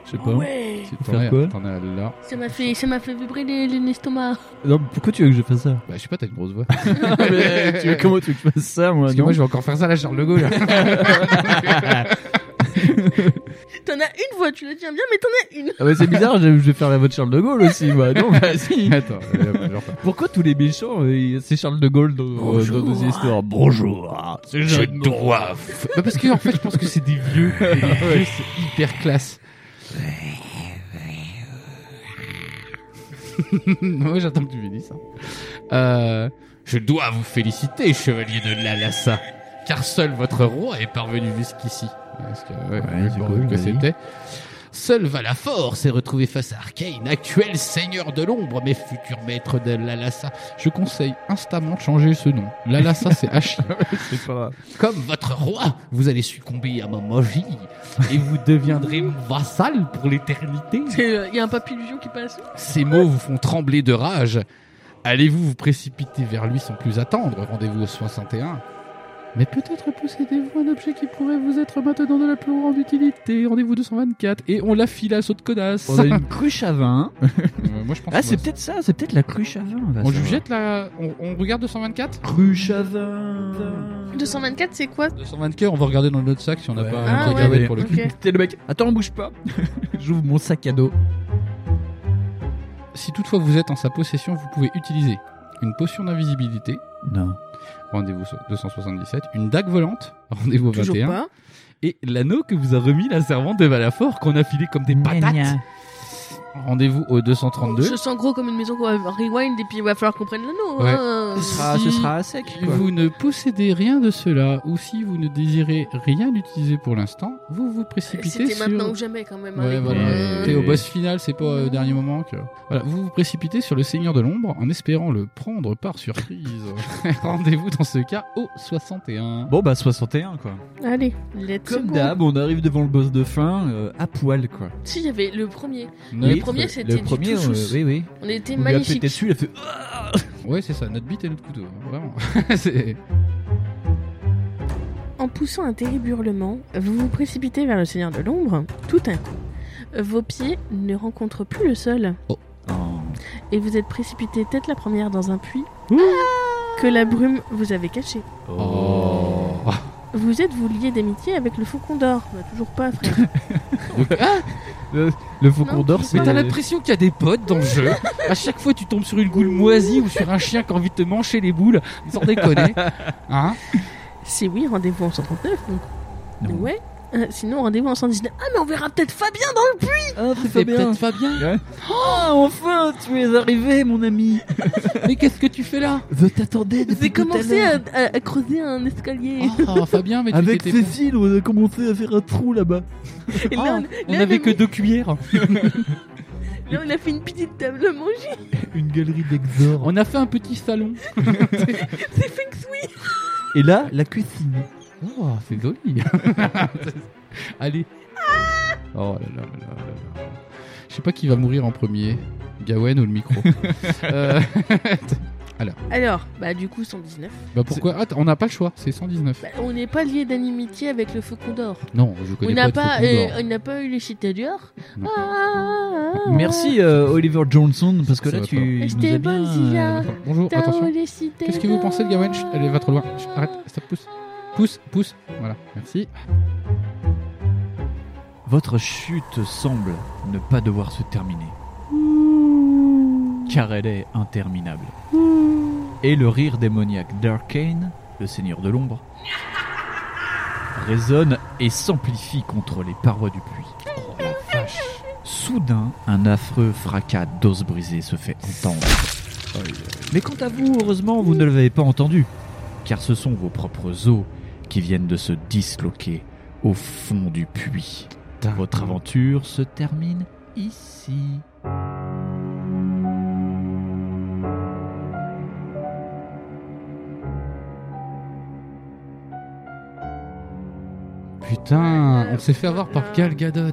Je sais pas. Ouais. Tu- Faire T'en quoi as- t'en as là. Ça m'a fait, ça m'a fait vibrer les, les estomacs. Non, mais pourquoi tu veux que je fasse ça Bah, je sais pas, t'as une grosse voix. Mais tu veux, Comment tu veux que je fasse ça, moi Parce que Ah non moi, je vais encore faire ça à la Charles de Gaulle. T'en as une voix, tu le tiens bien, mais t'en as une. Ah bah, C'est bizarre, je je vais faire la voix de Charles de Gaulle aussi. Bah, non, vas-y. Attends, euh, bah, genre, Pourquoi tous les méchants, euh, c'est Charles de Gaulle dans, euh, dans nos histoires Bonjour, c'est Jeanne droit. Bah parce que en fait, je pense que c'est des vieux. Ouais, c'est hyper classe. ouais, j'attends que tu me dises ça. Euh, je dois vous féliciter, chevalier de l'Alassa, car seul votre roi est parvenu jusqu'ici. Parce que, ouais, Ouais, c'est bah du pas coup, que vas-y. c'était. Seul Valafor s'est retrouvé face à Arcane, actuel seigneur de l'ombre, mais futur maître de l'Alassa. Je conseille instamment de changer ce nom. L'Alassa, c'est Hachi. C'est pas. Comme votre roi, vous allez succomber à ma magie et vous deviendrez mon vassal pour l'éternité. C'est, euh, Il y a un papillon qui passe. Ces mots vous font trembler de rage. Allez-vous vous précipiter vers lui sans plus attendre Rendez-vous au 61. Mais peut-être possédez-vous un objet qui pourrait vous être maintenant de la plus grande utilité. Rendez-vous 224 et on la file à saut de connasse. On a une cruche à vin. Euh, moi je pense Ah, qu'on c'est va- peut-être ça, c'est peut-être la cruche à vin. va on lui savoir. jette la... On, on regarde 224 Cruche à vin. 224, c'est quoi 224, on va regarder dans notre sac si on n'a Ouais. pas Ah, regardé ouais. pour le coup. Ok. T'es le mec. Attends, on bouge pas. J'ouvre mon sac à dos. Si toutefois vous êtes en sa possession, vous pouvez utiliser une potion d'invisibilité, Non. rendez-vous sur 277, une dague volante, rendez-vous Toujours 21, pas. et l'anneau que vous a remis la servante de Valafort qu'on a filé comme des patates, rendez-vous au 232. Je sens gros comme une maison qu'on va rewind et puis il va falloir qu'on prenne l'anneau. Ouais. hein. Ce sera, Si Ah, ce sera à sec. Si Quoi. vous ne possédez rien de cela, ou si vous ne désirez rien utiliser pour l'instant, vous vous précipitez C'était sur... maintenant ou jamais quand même. hein, Ouais, les voilà. Euh, gars. T'es au boss final, c'est pas euh, au dernier moment que. Voilà, vous vous précipitez sur le Seigneur de l'Ombre en espérant le prendre par surprise. Rendez-vous dans ce cas au 61. Bon, bah 61, quoi. Allez. Let's Comme go. d'hab, on arrive devant le boss de fin, euh, à poil, quoi. Si, il y avait le premier. Notre- Le premier, c'était Le du premier, tout euh, chousse. oui, oui. On était On lui a pété magnifique. dessus, il a fait. Ouais, c'est ça, notre bite et notre couteau, hein, vraiment. C'est- En poussant un terrible hurlement, vous vous précipitez vers le Seigneur de l'ombre. Tout un coup, vos pieds ne rencontrent plus le sol Oh. et vous êtes précipité tête la première dans un puits Ah que la brume vous avait caché. Vous êtes vous lié d'amitié avec le faucon d'or. Bah, toujours pas, frère. Le, le faucon Non, d'or, tu c'est. Mais t'as l'impression qu'il y a des potes dans le jeu. À chaque fois, tu tombes sur une goule moisie ou sur un chien qui a envie de te mancher les boules. Sans déconner. Hein Si oui, rendez-vous en 139. donc. Non. Ouais. Euh, sinon, rendez-vous en 119. Ah, mais on verra peut-être Fabien dans le puits Ah, c'est C'est peut-être Fabien. Ah, enfin, tu es arrivé, mon ami. Mais qu'est-ce que tu fais là Je t'attendais depuis J'ai tout à commencé l'heure. à, à- à creuser un escalier. Oh, Fabien, mais tu Avec t'étais pas- Cécile, on a commencé à faire un trou là-bas. Et Ah, là, on là, avait le- que deux cuillères. on, là, on a fait une petite table à manger. Une galerie d'exor. On a fait un petit salon. C'est feng shui. Et là, la cuisine. Oh, c'est joli. Allez. Oh là là là là là là. Je sais pas qui va mourir en premier, Gawen ou le micro. Euh, Alors, bah, du coup, 119. bah pourquoi Attends, on n'a pas le choix, c'est 119. Bah, on n'est pas lié d'animité avec le faucon d'or. Non, je connais On n'a pas, pas, de Faucon euh, d'Or. on n'a pas eu les Ah, citadures. Non. Oh. Merci euh, Oliver Johnson parce que Ça là va tu pas. nous as C'était bien, euh, bon, Zia. Attends, bonjour, attention. Qu'est-ce que vous pensez de Gawen Chut, Elle va trop loin. Chut, arrête, stop, pousse. Pousse, pousse. Voilà, merci. Votre chute semble ne pas devoir se terminer. Car elle est interminable. Et le rire démoniaque d'Arkane, le seigneur de l'ombre, résonne et s'amplifie contre les parois du puits. Oh, Soudain, un affreux fracas d'os brisé se fait entendre. Mais quant à vous, heureusement, vous ne l'avez pas entendu, car ce sont vos propres os qui viennent de se disloquer au fond du puits. Votre aventure se termine ici. Putain, on s'est fait avoir par Gal Gadot.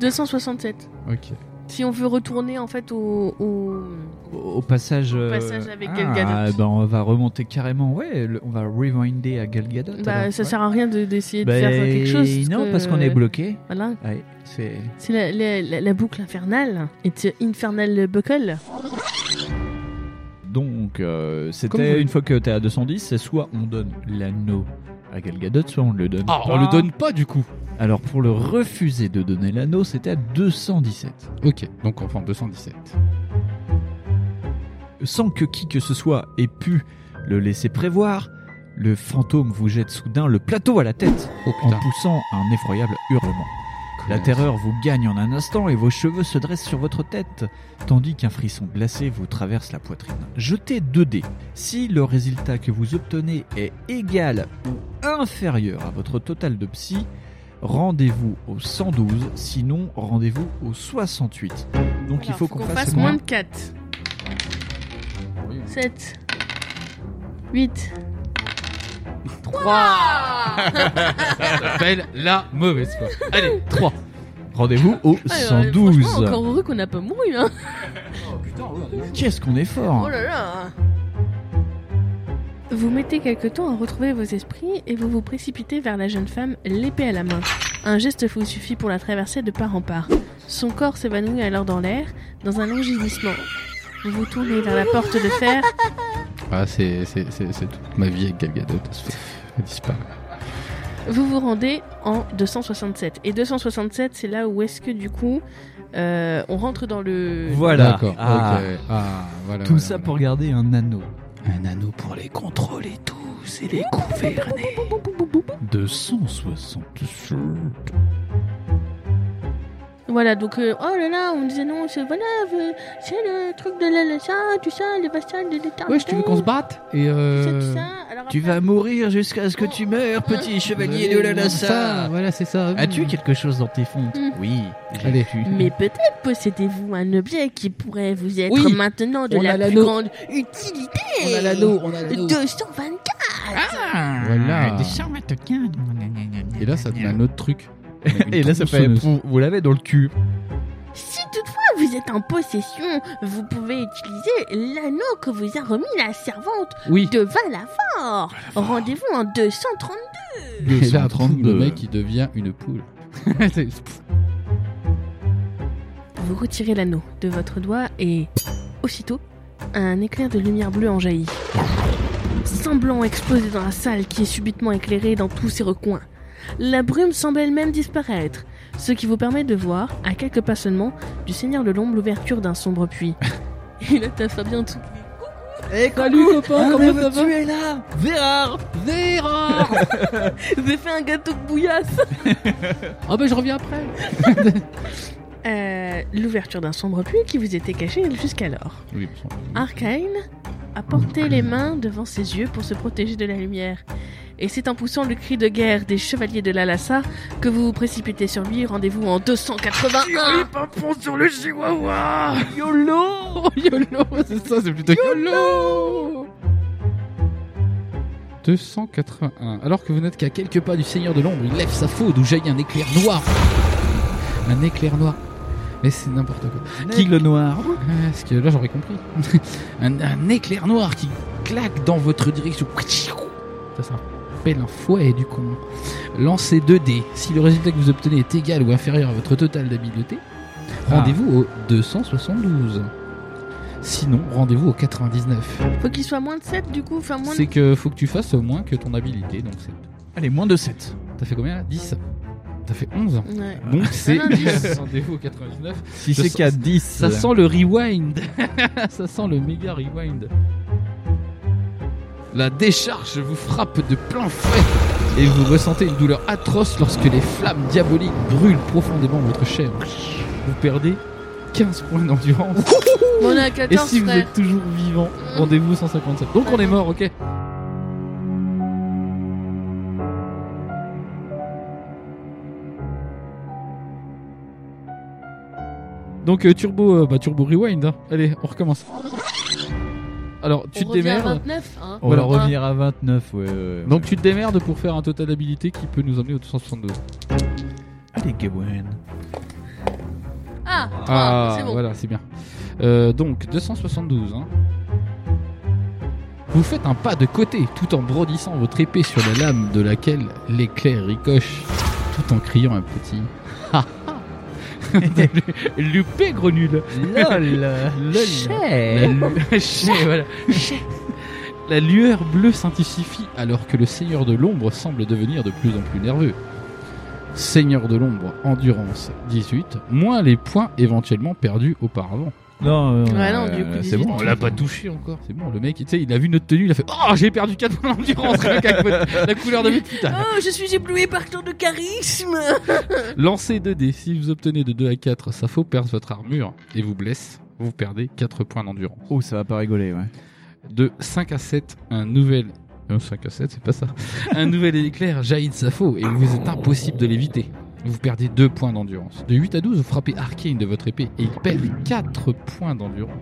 267. Ok. Si on veut retourner en fait au. au- Au- Au passage, euh, passage avec ah, Gal Gadot. ben, on va remonter carrément. Ouais, le- on va rewinder à Gal Gadot. Bah, alors, ça ouais. sert à rien de- d'essayer de, Ben, faire euh, quelque chose. Non, parce qu'on est bloqué. Voilà. Ouais, c'est. C'est la, la- la- la boucle infernale. Et tu- Infernal Buckle. Donc, euh, Comme vous- c'était une fois que t'es à 210, c'est soit on donne l'anneau à Gal Gadot, soit on le donne. Ah, pas. on le donne pas du coup. Alors, pour le refuser de donner l'anneau, c'était à 217. Ok, donc enfin 217. Sans que qui que ce soit ait pu le laisser prévoir, le fantôme vous jette soudain le plateau à la tête Oh en putain. Oh, poussant un effroyable hurlement. La terreur vous gagne en un instant et vos cheveux se dressent sur votre tête, tandis qu'un frisson glacé vous traverse la poitrine. Jetez 2 dés. Si le résultat que vous obtenez est égal ou inférieur à votre total de psy, rendez-vous au 112, sinon rendez-vous au 68. Donc il Alors, faut qu'on fasse, moins de 4. Oui. 7. 8. s'appelle la mauvaise foi. Allez, 3. Rendez-vous au Ah, euh, Franchement, 112. encore heureux qu'on n'a pas mouru. Hein. Qu'est-ce qu'on est fort Oh là là Vous mettez quelque temps à retrouver vos esprits et vous vous précipitez vers la jeune femme, l'épée à la main. Un geste vous suffit pour la traverser de part en part. Son corps s'évanouit alors dans l'air, dans un long gémissement. Vous vous tournez vers la porte de fer. Ah, c'est c'est- c'est- c'est toute ma vie avec Gal Gadot. Elle, se fait- elle disparaît. Vous vous rendez en 267. Et 267, c'est là où est-ce que du coup, euh, on rentre dans le... Voilà. D'accord. Ah. ok. Ah, voilà. Tout voilà, ça voilà. pour garder un anneau. un anneau pour les contrôler tous et les gouverner. 267. Voilà, donc, euh, oh là là, on me disait non, c'est voilà, euh, c'est le truc de la, la- ça, tout ça, les bastions, les déterminants. Ouais, si tu veux qu'on se batte tout et ça, euh... tout ça. Alors Tu après- vas mourir jusqu'à ce que tu meurs, petit chevalier de la Ça, Lassa. Voilà, c'est ça. As-tu quelque chose dans tes fontes Mm. Oui, j'ai Allez. tu. Mais peut-être possédez-vous un objet qui pourrait vous être Oui, maintenant de on a la plus l'anneau. grande utilité. On a l'anneau, on a l'anneau. 224 Voilà. Et Et là, ça donne un autre truc. Une Et là, ça fait. tronçonneuse. Vous, vous l'avez dans le cul. Si toutefois vous êtes en possession, vous pouvez utiliser l'anneau que vous a remis la servante Oui. de Valafort. Rendez-vous en 232. Et là, 232. le mec, il devient une poule. C'est- Vous retirez l'anneau de votre doigt et aussitôt, un éclair de lumière bleue en jaillit. Semblant exploser dans la salle qui est subitement éclairée dans tous ses recoins. La brume semble elle-même disparaître, ce qui vous permet de voir, à quelques pas seulement, du Seigneur de l'Ombre l'ouverture d'un sombre puits. Et là, t'as Fabien en dessous qui dit Salut copain, comment ça va Ah, Tu es là Vérard J'ai fait un gâteau de bouillasse Ah, ben je reviens après. Euh, L'ouverture d'un sombre puits qui vous était caché jusqu'alors. Oui, bon sang. Arkane a porté les mains devant ses yeux pour se protéger de la lumière. Et c'est en poussant le cri de guerre des chevaliers de l'Alassa que vous vous précipitez sur lui. Rendez-vous en 281. sur le chihuahua YOLO Oh, YOLO C'est ça, c'est plutôt YOLO 281. Alors que vous n'êtes qu'à quelques pas du Seigneur de l'Ombre, il lève sa faute où jaillit un éclair noir. Un éclair noir. Mais c'est n'importe quoi. Qui le noir Ah, Parce que là, j'aurais compris. un, un éclair noir qui claque dans votre direction. Ça s'appelle un fouet du con. Lancez 2 dés. Si le résultat que vous obtenez est égal ou inférieur à votre total d'habileté, Ah. rendez-vous au 272. Sinon, rendez-vous au 99. Faut qu'il soit moins de 7 du coup, enfin moins de... C'est que faut que tu fasses au moins que ton habilité. Donc c'est. Allez, moins de 7. T'as fait combien là 10 T'as fait 11 Ouais. Donc c'est. non, 10. rendez-vous au 99. Si Je c'est sens- qu'à 10. Ça sent le rewind. ça sent le méga rewind. La décharge vous frappe de plein fouet et vous ressentez une douleur atroce lorsque les flammes diaboliques brûlent profondément votre chair. Vous perdez 15 points d'endurance. On est à Et 14 si vous frère. Mm. êtes toujours vivant, rendez-vous 157. Donc on est mort, ok Donc euh, turbo, euh, bah, turbo rewind. hein. Allez, on recommence. Alors tu On te revient à démerdes. 29, hein. On va Voilà. revenir à 29, ouais. ouais, ouais. Donc tu te démerdes pour faire un total d'habilité qui peut nous emmener au 262. Allez, Gawain. Ah, Ah, ah, c'est bon. voilà, c'est bien. Euh, donc 272. hein. Vous faites un pas de côté tout en brodissant votre épée sur la lame de laquelle l'éclair ricoche, tout en criant un petit. Ha, ha Loupé gros nul. LOL La, lu- Chais, voilà. La lueur bleue s'intensifie alors que le Seigneur de l'ombre semble devenir de plus en plus nerveux. Seigneur de l'ombre, endurance 18, moins les points éventuellement perdus auparavant. Non, non, Ouais, non, du coup, c'est 18. bon. On l'a pas touché encore. C'est bon, le mec, tu sais, il a vu notre tenue, il a fait Oh, j'ai perdu 4 points d'endurance, rien qu'avec votre- la couleur de vie, putain. Oh, je suis ébloui par tant de charisme Lancez 2D. Si vous obtenez de 2 à 4, ça faut perdre votre armure et vous blesse, vous perdez 4 points d'endurance. Oh, ça va pas rigoler, ouais. De 5 à 7, un nouvel. euh, 5 à 7, c'est pas ça. Un nouvel éclair jaillit de sa faux et vous est impossible de l'éviter. Vous perdez 2 points d'endurance. De 8 à 12, vous frappez Arcane de votre épée et il perd 4 points d'endurance.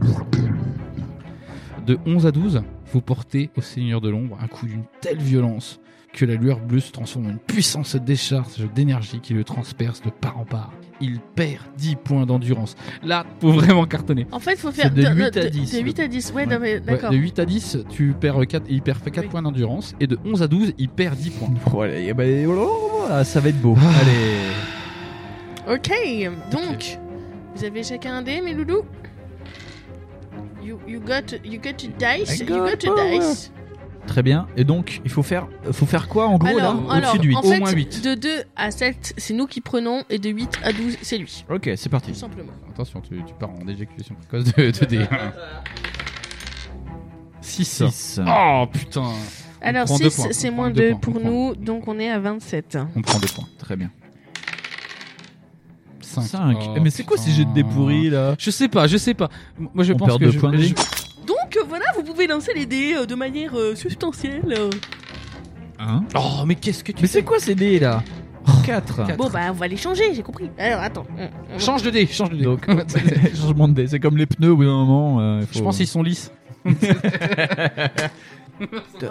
De 11 à 12, vous portez au Seigneur de l'Ombre un coup d'une telle violence que la lueur bleue se transforme en une puissance décharge d'énergie qui le transperce de part en part. Il perd 10 points d'endurance. Là, faut vraiment cartonner. En fait, faut faire C'est de non, 8 à de- 10. De 8 à 10, ouais, Ouais. non, mais Ouais, d'accord. de 8 à 10, tu perds 4, il perd 4 Oui. points d'endurance. Et de 11 à 12, il perd 10 points. Voilà, et ben, oh là là là là, ça va être beau. Allez. Ok, donc, vous avez chacun un dé, mes loulous You, you got you got a dice, I you got got power. a dice. Très bien. Et donc, il faut faire, faut faire quoi en gros alors, là Au-dessus alors de 8. en fait, Au moins huit. de 2 à 7, c'est nous qui prenons, et de 8 à 12, c'est lui, Ok, c'est tout parti. simplement. Attention, tu, tu pars en éjaculation précoce de, de dés. 6. 6. Oh putain Alors, prend deux 6, points, c'est on moins prend 2 deux points, on pour prend. nous, donc on est à 27. On prend 2 points. Très bien. 5. 5. Eh, Eh, Mais c'est quoi ces jets de dés pourris là Je sais pas, je sais pas. Moi je On pense perd que deux je- points de je- vie. Donc euh, voilà, vous pouvez lancer les dés euh, de manière euh, substantielle. euh. Hein Oh mais qu'est-ce que tu Mais c'est quoi ces dés là 4. Quatre. Bon, bah, on va les changer, j'ai compris. Alors, attends. on- on- Change de dé, change de dé. Donc, changement de dés. C'est comme les pneus au bout d'un moment. euh, je faut- pense qu'ils sont lisses. On,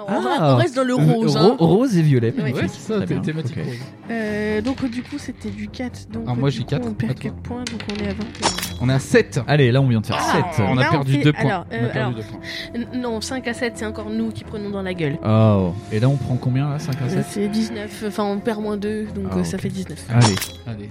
Ah. va- on reste dans le Euh, rose. Ah. Euh, Ro- hein. Rose et violet. Ouais, magnifique. c'est ça, Très bien. thématique. Ok. Euh, donc, du coup, c'était du 4. Donc, Ah, moi, du j'ai coup, quatre, On à perd toi. 4 points, donc on est à 21. On est à 7. Allez, là on vient de faire Ah, 7. on a Là, on perdu fait- 2 points. alors, on a euh, perdu alors- 2 points. N- Non, 5 à 7, c'est encore nous qui prenons dans la gueule. Oh. Et là on prend combien là Ah, 5 à Euh, 7 C'est 19, enfin on perd moins 2, donc Ah, euh, ça ok. fait 19. Allez. Allez.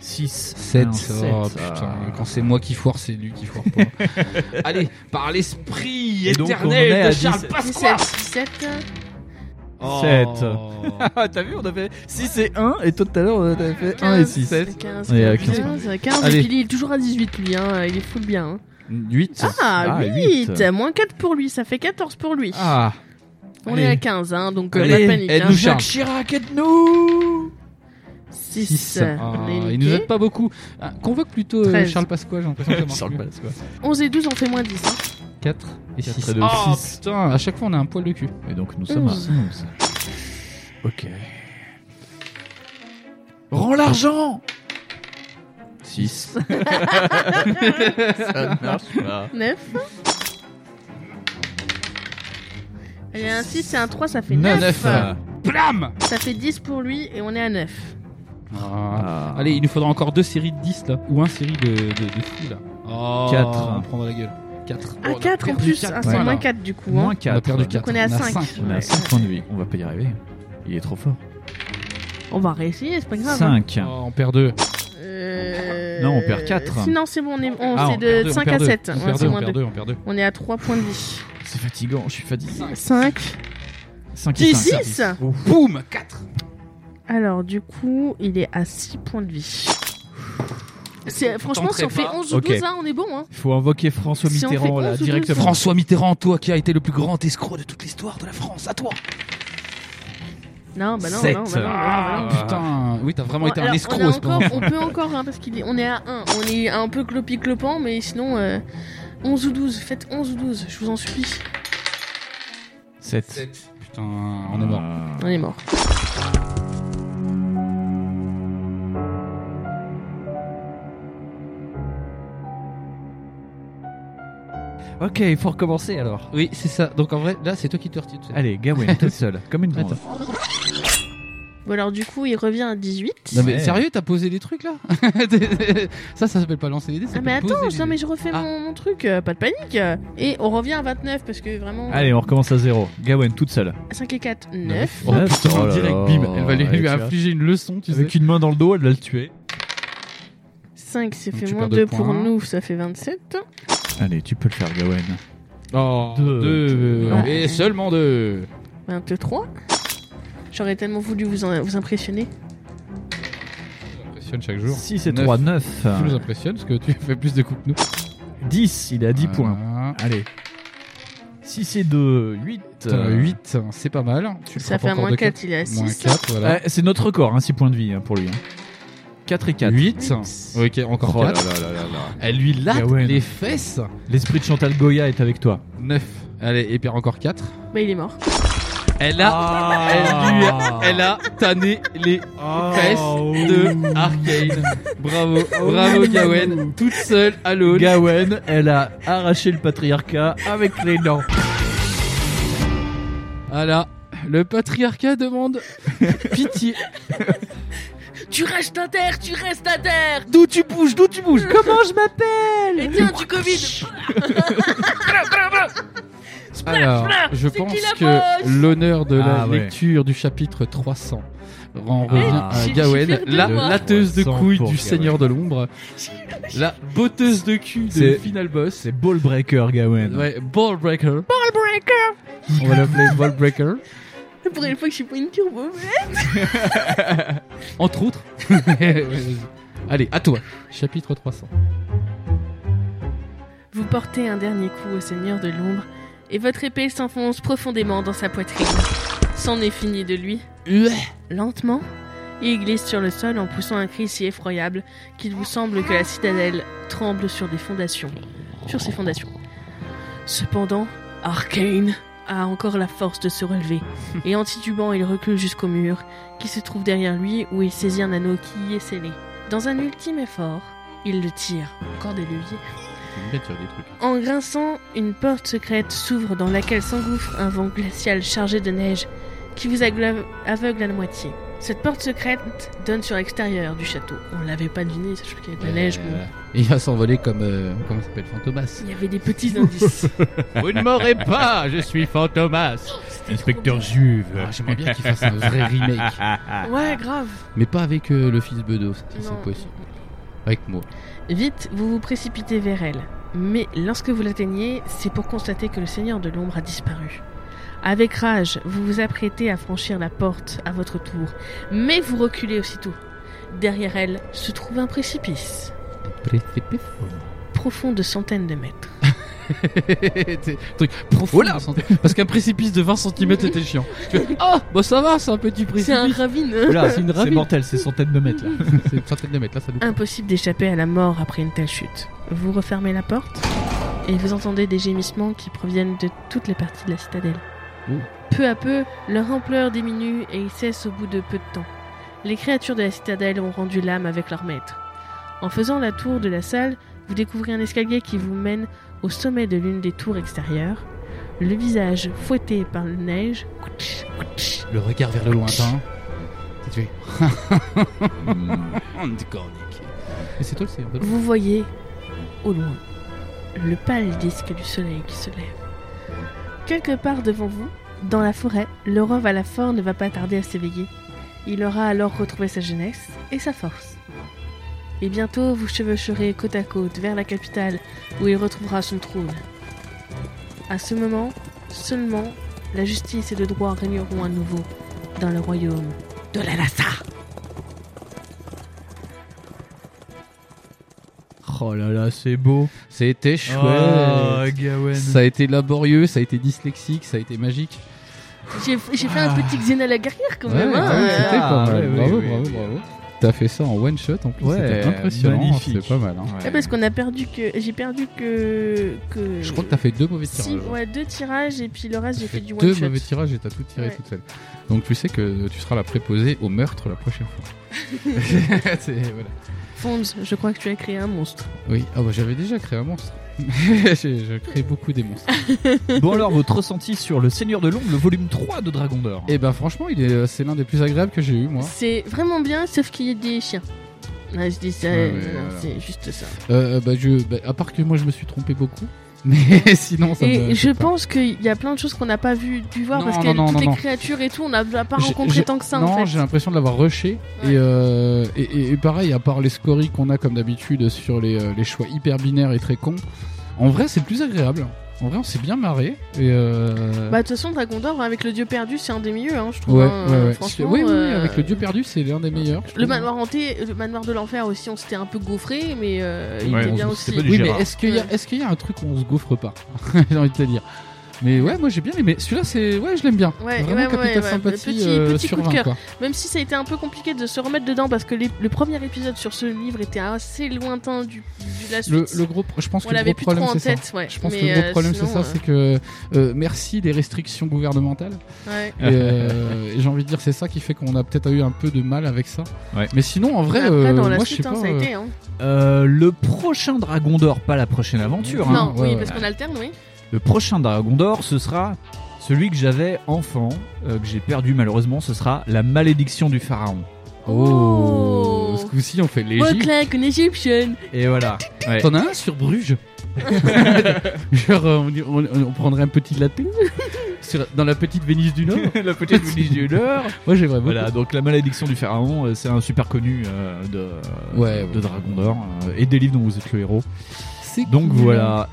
6. 7. 7. Oh putain, quand c'est moi qui foire, c'est lui qui foire pas. Allez, par l'esprit Et donc, éternel on en est à de Charles 17. Pasqua 17, 17, Oh. Sept. Oh. Ah, t'as vu, on a fait 6 et 1, et toi tout à l'heure, on a fait 1 et 6. 15, 15, Et à 15, 15, 15, Allez. et puis il est toujours à 18 lui, hein, il est full bien. hein. 8. Ah, Ah, 8, huit. moins 4 pour lui, ça fait 14 pour lui. Ah. on allez. est à 15, hein, donc euh, Allez, pas de panique. aide-nous, Hein. Charles. Chirac, aide-nous 6, Six. Ah, euh, on est il nous aide niqué. pas beaucoup. Ah, convoque plutôt euh, Treize. Charles Pasqua, j'ai l'impression que ça marche mieux. 11 et 12, on fait moins 10. hein. 4 et Quatre 6. et deux, Oh six. putain, à chaque fois on a un poil de cul. Et donc nous sommes à Onze. 11. Ok. Rends l'argent 6. Ça ne marche pas. 9. Allez, un 6 et un 3, ça fait 9. Neuf. Neuf. Blam Ça fait 10 pour lui et on est à 9. Ah. Ah. Allez, il nous faudra encore deux séries de 10 là. Ou un série de, de, de fous là. Oh, Quatre. On prend dans la gueule. Oh, 4. Ah, 4 en plus, ah, c'est voilà. moins 4 du coup. hein. Moins 4. On a perdu 4. on est à cinq. On a 5 points de vie. On va pas y arriver. Il est trop fort. On va réessayer, c'est pas grave. hein. 5. on perd 2. Euh, Non, on perd quatre. si, non, c'est bon, on est, on- Ah, c'est on de perd deux, on 5 à perd deux. 7. Ouais, On perd c'est deux, on moins perd deux. deux, on perd deux. On est à 3 points de vie. C'est fatigant, je suis fatigué. 5. 5 Dix, et 5. six. Boum 4 Alors, du coup, il est à 6 points de vie. C'est- franchement, si on tenterez fait pas. 11 ou Ok. 12, hein, on est bon. Hein. Il faut invoquer François Si on fait Mitterrand onze là ou douze. directement. François Mitterrand, toi qui as été le plus grand escroc de toute l'histoire de la France, à toi Non, bah non, Sept. non, bah non, bah non, bah non. Ah, putain, oui, t'as vraiment Bon, été un alors, escroc, on, a c'est pas encore, on peut encore, hein, parce qu'on est, on est à 1. On est un peu clopi-clopant, mais sinon, euh, 11 ou 12. Faites 11 ou 12, je vous en supplie. 7. Putain, on Ah. est mort. On est mort. Ok, il faut recommencer alors. Oui, c'est ça. Donc en vrai, là, c'est toi qui te retires. Allez, Gawain, toute seule, comme une grande. Bon, alors du coup, il revient à Ah, 18. Non mais Ouais. sérieux, t'as posé des trucs là Ça, ça s'appelle pas lancer les dés. ça Ah mais s'appelle attends, poser non les mais dés. je refais Ah. mon, mon truc, euh, pas de panique. Et on revient à 29 parce que vraiment... Allez, on recommence à zéro. Gawain, toute seule. 5 et 4, 9. Oh Neuf. putain, Oh là direct, là. bim. Elle va lui, Ouais, lui tu vois. infliger une leçon, tu sais. Avec une main dans le dos, elle va le tuer. 5, ça Donc fait tu moins perds deux 2 pour points. nous, ça fait 27. Allez, tu peux le faire, Gawain. Oh, Deux. deux. Ouais. Et seulement deux. 23. J'aurais tellement voulu vous, en- vous impressionner. impressionne chaque jour. 6 et Neuf. 3, 9. Tu nous impressionnes parce que tu fais plus de coups que nous. 10, il est à Euh. 10 points. Allez. 6 et 2, 8. Euh. 8, c'est pas mal. Tu le Ça frappes fait à encore moins de 4, il est à quatre. Moins 6. 4, voilà. c'est notre record, hein, 6 points de vie hein, pour lui. 4 et 4. 8. Ok, encore Oh là 4. Elle lui latte Gawain. les fesses. L'esprit de Chantal Goya est avec toi. 9. Allez, et perd encore 4. Bah il est mort. Elle a, Ah. elle lui a, elle a tanné les fesses Oh. Oh. de Arcane. Bravo, bravo Gawen, toute seule à l'aune. Gawen, elle a arraché le patriarcat avec les dents. Voilà, le patriarcat demande pitié. Tu restes à terre, tu restes à terre D'où tu bouges, d'où tu bouges Comment je Et m'appelle tiens, du Covid Alors, je C'est qui pense la que l'honneur de la Ah ouais. lecture du chapitre 300 en Eh, revient à Ah, j'ai- j'ai Gawen, fait le la devoir. latteuse de 300 couilles pour du Gawen. Seigneur de l'Ombre, la botteuse de cul de C'est- Final Boss. C'est Ball Breaker, Gawen. Ouais, ball breaker. On va l'appeler ball breaker. Pour une fois que je suis pas une turbo. Entre autres. Allez, à toi. Chapitre 300. Vous portez un dernier coup au Seigneur de l'ombre et votre épée s'enfonce profondément dans sa poitrine. C'en est fini de lui. Lentement, il glisse sur le sol en poussant un cri si effroyable qu'il vous semble que la citadelle tremble sur des fondations. Sur ses fondations. Cependant, Arcane a encore la force de se relever, et en titubant, il recule jusqu'au mur, qui se trouve derrière lui, où il saisit un anneau qui y est scellé. Dans un ultime effort, il le tire, encore des leviers, en grinçant, une porte secrète s'ouvre dans laquelle s'engouffre un vent glacial chargé de neige qui vous agla- aveugle à la moitié. Cette porte secrète donne sur l'extérieur du château. On l'avait pas deviné, sachant qu'il y avait de la neige. Euh. mais Il va s'envoler comme. euh, comment ça s'appelle Fantomas. Il y avait des petits indices. Vous ne m'aurez pas, je suis Fantomas. Inspecteur Juve. Ah, J'aimerais bien qu'il fasse un vrai remake. ouais, grave. Mais pas avec euh, le fils Bedos, ça, Non. Ah. c'est possible. Avec moi. Vite, vous vous précipitez vers elle. Mais lorsque vous l'atteignez, c'est pour constater que le Seigneur de l'ombre a disparu. Avec rage, vous vous apprêtez à franchir la porte à votre tour, mais vous reculez aussitôt. Derrière elle se trouve un précipice, profond de centaines de mètres. T'es- Truc profond. de santé. Parce qu'un précipice de 20 cm était chiant. Tu fais, Ah, bah ça va, c'est un petit C'est un précipice. ravine Oula, c'est une C'est ravine. mortel, c'est centaines de mètres là. C'est une centaine de mètres, là ça nous. Impossible d'échapper à la mort après une telle chute. Vous refermez la porte et vous entendez des gémissements qui proviennent de toutes les parties de la citadelle. Ouh. Peu à peu, leur ampleur diminue et ils cessent au bout de peu de temps. Les créatures de la citadelle ont rendu l'âme avec leur maître. En faisant la tour de la salle, vous découvrez un escalier qui vous mène au sommet de l'une des tours extérieures. Le visage fouetté par la neige. Le regard vers le lointain. Tu fais, Mais Hmm. c'est toi le Seigneur de l'ombre. Vous voyez, au loin, le pâle disque du soleil qui se lève. Quelque part devant vous, dans la forêt, le roi Valafort ne va pas tarder à s'éveiller. Il aura alors retrouvé sa jeunesse et sa force. Et bientôt, vous chevaucherez côte à côte vers la capitale où il retrouvera son trône. À ce moment, seulement, la justice et le droit régneront à nouveau dans le royaume de la Lhasa. Oh là là, c'est beau. Oh, C'était Chouette. chouette. Gawen. Ça a été laborieux, ça a été dyslexique, ça a été magique. J'ai j'ai fait un petit Xena la guerrière quand même. Ah. Ouais, hein. ouais, c'était pas mal. Ah, oui, bravo, oui, bravo, oui. bravo. T'as fait ça en one shot en plus. Ouais, c'était impressionnant. magnifique. C'est pas mal. Hein. Ouais, Ah, parce qu'on a perdu que. J'ai perdu que. que... Je crois que t'as fait deux mauvais Six- tirages. hein. ouais, deux tirages et puis le reste, j'ai T'as fait, fait du deux one shot. mauvais tirages et t'as tout tiré Ouais. toute seule. Donc tu sais que tu seras la préposée au meurtre la prochaine fois. C'est- voilà. Fonz, je crois que tu as créé un monstre. Oui, ah bah, j'avais déjà créé un monstre. je, je crée beaucoup des monstres. Bon alors, votre ressenti sur Le Seigneur de l'Ombre, le volume 3 de Dragon d'Or. Et ben franchement, il est, c'est l'un des plus agréables que j'ai eu moi. C'est vraiment bien, sauf qu'il y a des chiens. Ouais, je dis ça, Ouais, non, mais voilà. c'est juste ça. Euh, bah, je, bah, à part que moi je me suis trompé beaucoup, mais sinon ça me- Et je c'est pas- pense qu'il y a plein de choses qu'on n'a pas vu, dû voir Non, parce que non, non, toutes non, les non. créatures et tout, on n'a pas J'ai- rencontré j'ai- tant que ça non, en j'ai fait. l'impression de l'avoir rushé. Ouais. Et, euh, et, et- et pareil, à part les scories qu'on a comme d'habitude sur les, euh, les choix hyper binaires et très cons, en vrai c'est plus agréable. En vrai, on s'est bien marré. Et euh, Bah de toute façon, Dragon d'Or avec le dieu perdu, c'est un des mieux, hein, je trouve. ouais, hein, ouais, ouais. Franchement, Oui, oui, oui, euh, avec le dieu perdu, c'est l'un des meilleurs. je Le trouve. manoir hanté, le manoir de l'enfer aussi, on s'était un peu gaufré, mais euh, il Ouais, était on bien se- aussi. c'était pas du Oui, Gérard. mais est-ce qu'il y, a- est-ce qu'il y a un truc où on se gaufre pas J'ai envie de te dire. Mais ouais, moi j'ai bien aimé. Celui-là, c'est ouais, je l'aime bien. Ouais, Vraiment ouais, ouais, Capital ouais. Sympathie Petit- euh, petit sur coup de 20, cœur. quoi. Même si ça a été un peu compliqué de se remettre dedans parce que les- le premier épisode sur ce livre était assez lointain du, du- de la Le, suite. le gros, pro- je pense on que le l'avait gros plus trop problème en c'est ça. tête, ouais. Je pense mais, que le euh, gros problème c'est sinon, ça, c'est que euh, merci des restrictions gouvernementales. euh, ouais. Et, euh, et j'ai envie de dire c'est ça qui fait qu'on a peut-être eu un peu de mal avec ça. Ouais. Mais sinon en vrai, Après, euh, dans la moi je sais suite, hein, pas. ça a euh, été. Hein. Euh, le prochain Dragon d'Or, pas la prochaine aventure. hein. Non, euh, ouais, oui, ouais. parce qu'on alterne, oui. Le prochain Dragon d'Or, ce sera celui que j'avais enfant, euh, que j'ai perdu malheureusement, ce sera La malédiction du pharaon. Oh, ce coup-ci on fait l'Égypte. Reclaque, une égyptienne. Euh, Et voilà. Ouais. T'en as un sur Bruges Genre euh, on, dit- on- on prendrait un petit latte sur- dans la petite Vénice du Nord. la petite Venise du Nord. Moi j'aimerais beaucoup. Voilà, donc La malédiction du pharaon, euh, c'est un super connu euh, de, Ouais, de ouais. Dragon d'Or euh, et des livres dont vous êtes le héros. C'est Donc cool. voilà.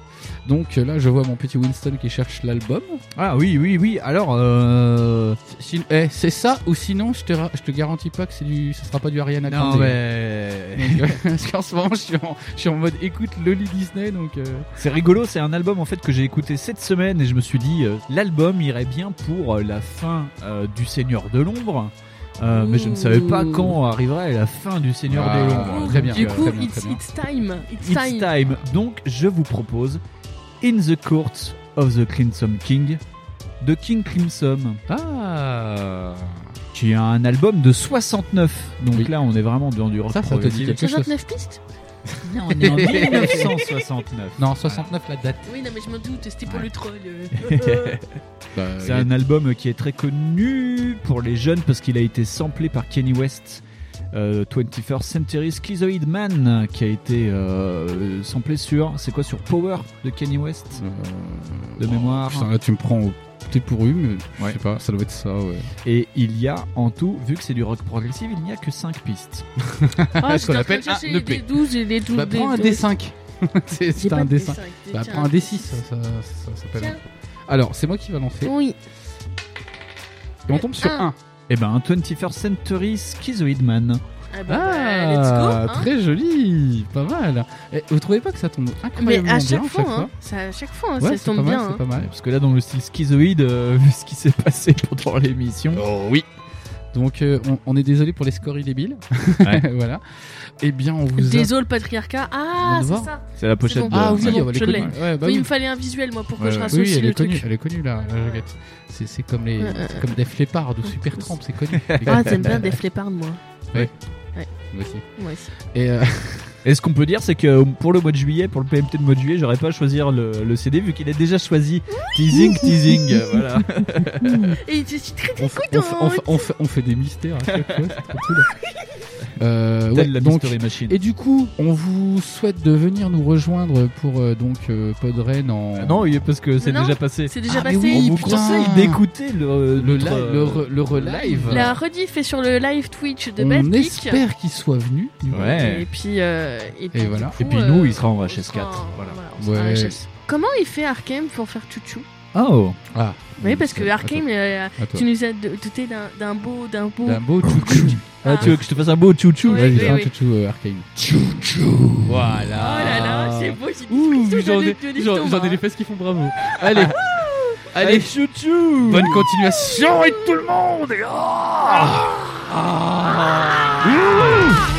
Donc euh, là je vois mon petit Winston qui cherche l'album. Ah oui, oui, oui. Alors, euh, Si- eh, c'est ça ou sinon je te, ra- je te garantis pas que c'est du, ça sera pas du Ariana non, Grande. mais. Donc, Parce qu'en ce moment je suis en, je suis en mode écoute Loli Disney donc. euh, C'est rigolo, c'est un album en fait que j'ai écouté cette semaine et je me suis dit euh, l'album irait bien pour euh, la fin euh, du Seigneur de l'ombre. Euh, mais je ne savais pas Ouh. quand arriverait la fin du Seigneur Ah, de l'ombre. très bien. Mmh. Du très coup, bien, it's, très bien. it's time. It's, It's time. time. Donc je vous propose In the Court of the Crimson King de King Crimson, Ah. qui est un album de 69. Donc Oui. là, on est vraiment dans du rock Ça, ça te dit progressif. quelque chose 69 pistes Non, on est en 1969. Non 69 la date. Oui, non, mais je me doute, c'était pour Ouais. le troll. euh. Bah, C'est un album qui est très connu pour les jeunes parce qu'il a été samplé par Kenny West. euh, 21st Century Schizoid Man qui a été euh, samplé sur c'est quoi sur Power de Kenny West de mémoire euh, Oh, Putain là tu me prends au t'es pourru mais Ouais. je sais pas ça doit être ça ouais. et il y a en tout vu que c'est du rock progressif il n'y a que 5 pistes Ah, Ce qu'on j'étais en train de appelle chercher un EP. Des 12 et des 12. Bah Mmh. des prends un 12. D5. c'est J'ai c'est pas un de D5. D5, des- Bah tiens, prends un D6 ça, ça, ça s'appelle. Tiens. Alors c'est moi qui va lancer. Oui. Et on tombe sur Un. 1. et ben 21st Century Schizoid Man Ah, bah, bah, let's go. Ah, hein. très joli, pas mal. Eh, vous trouvez pas que ça tombe Mais incroyablement à chaque bien fois, à chaque hein, ça, à chaque fois, hein, fois Ouais, ça c'est tombe pas mal, bien. c'est hein. pas mal. parce que là dans le style schizoïde euh, vu ce qui s'est passé pendant l'émission Oh oui. Donc euh, on, on est désolé pour les scories débiles. Ouais. voilà. Eh bien on vous a... Désolé, le patriarcat. Ah, On va c'est voir. ça. c'est la pochette bon. de... Ah oui, C'est bon, oh, elle est je connue. l'ai. Ouais, bah Oui, oui. il me fallait un visuel, moi, pour que Ouais, je ouais. rassocie Oui, elle le est connue, truc. elle est connue là, la jaquette. C'est c'est comme les Ouais, ouais. c'est comme Def Leppard ou Supertramp, c'est connu. Ah, t'aimes bien Def Leppard, moi. Moi aussi. Moi aussi. Et euh, Et ce qu'on peut dire, c'est que euh, pour le mois de juillet, pour le PMT de mois de juillet, j'aurais pas à choisir le, le CD vu qu'il est déjà choisi. Teasing, teasing, euh, voilà. Et je suis très on, f- on, f- on f- on fait, on fait des mystères à chaque fois, c'est trop cool. Euh, ouais, Telle la donc, Mystery Machine. et du coup, on vous souhaite de venir nous rejoindre pour euh, donc euh, Podren en Ah non, oui, parce que c'est Non. déjà passé. C'est déjà Ah, mais passé. On oui, vous putain. conseille d'écouter le, euh, le, notre, live, le, re- le relive. La rediff est sur le live Twitch de Bad on Geek. espère qu'il soit venu. Ouais. Et puis, euh, et puis, voilà. Et puis nous, il sera en VHS4, voilà. on sera en Ouais. VHS. Comment il fait Arkham pour faire tchou Oh, Ah, Oui, parce que Attends, Arkham, euh, attends, attends. tu nous as doté d'un d'un beau, d'un beau. D'un beau tchou-tchou. Ah, tu veux que je te fasse un beau tchou-tchou Ouais. Vas-y, oui, fais un oui. tchou-tchou, euh, Arcane. Oh Voilà. là Ah. là, c'est beau, j'ai Ouh, des j'en ai, j'en- j'en ai hein. les fesses qui font bravo. Allez, allez, tchou-tchou bonne continuation et tout le monde. Ah. Ah.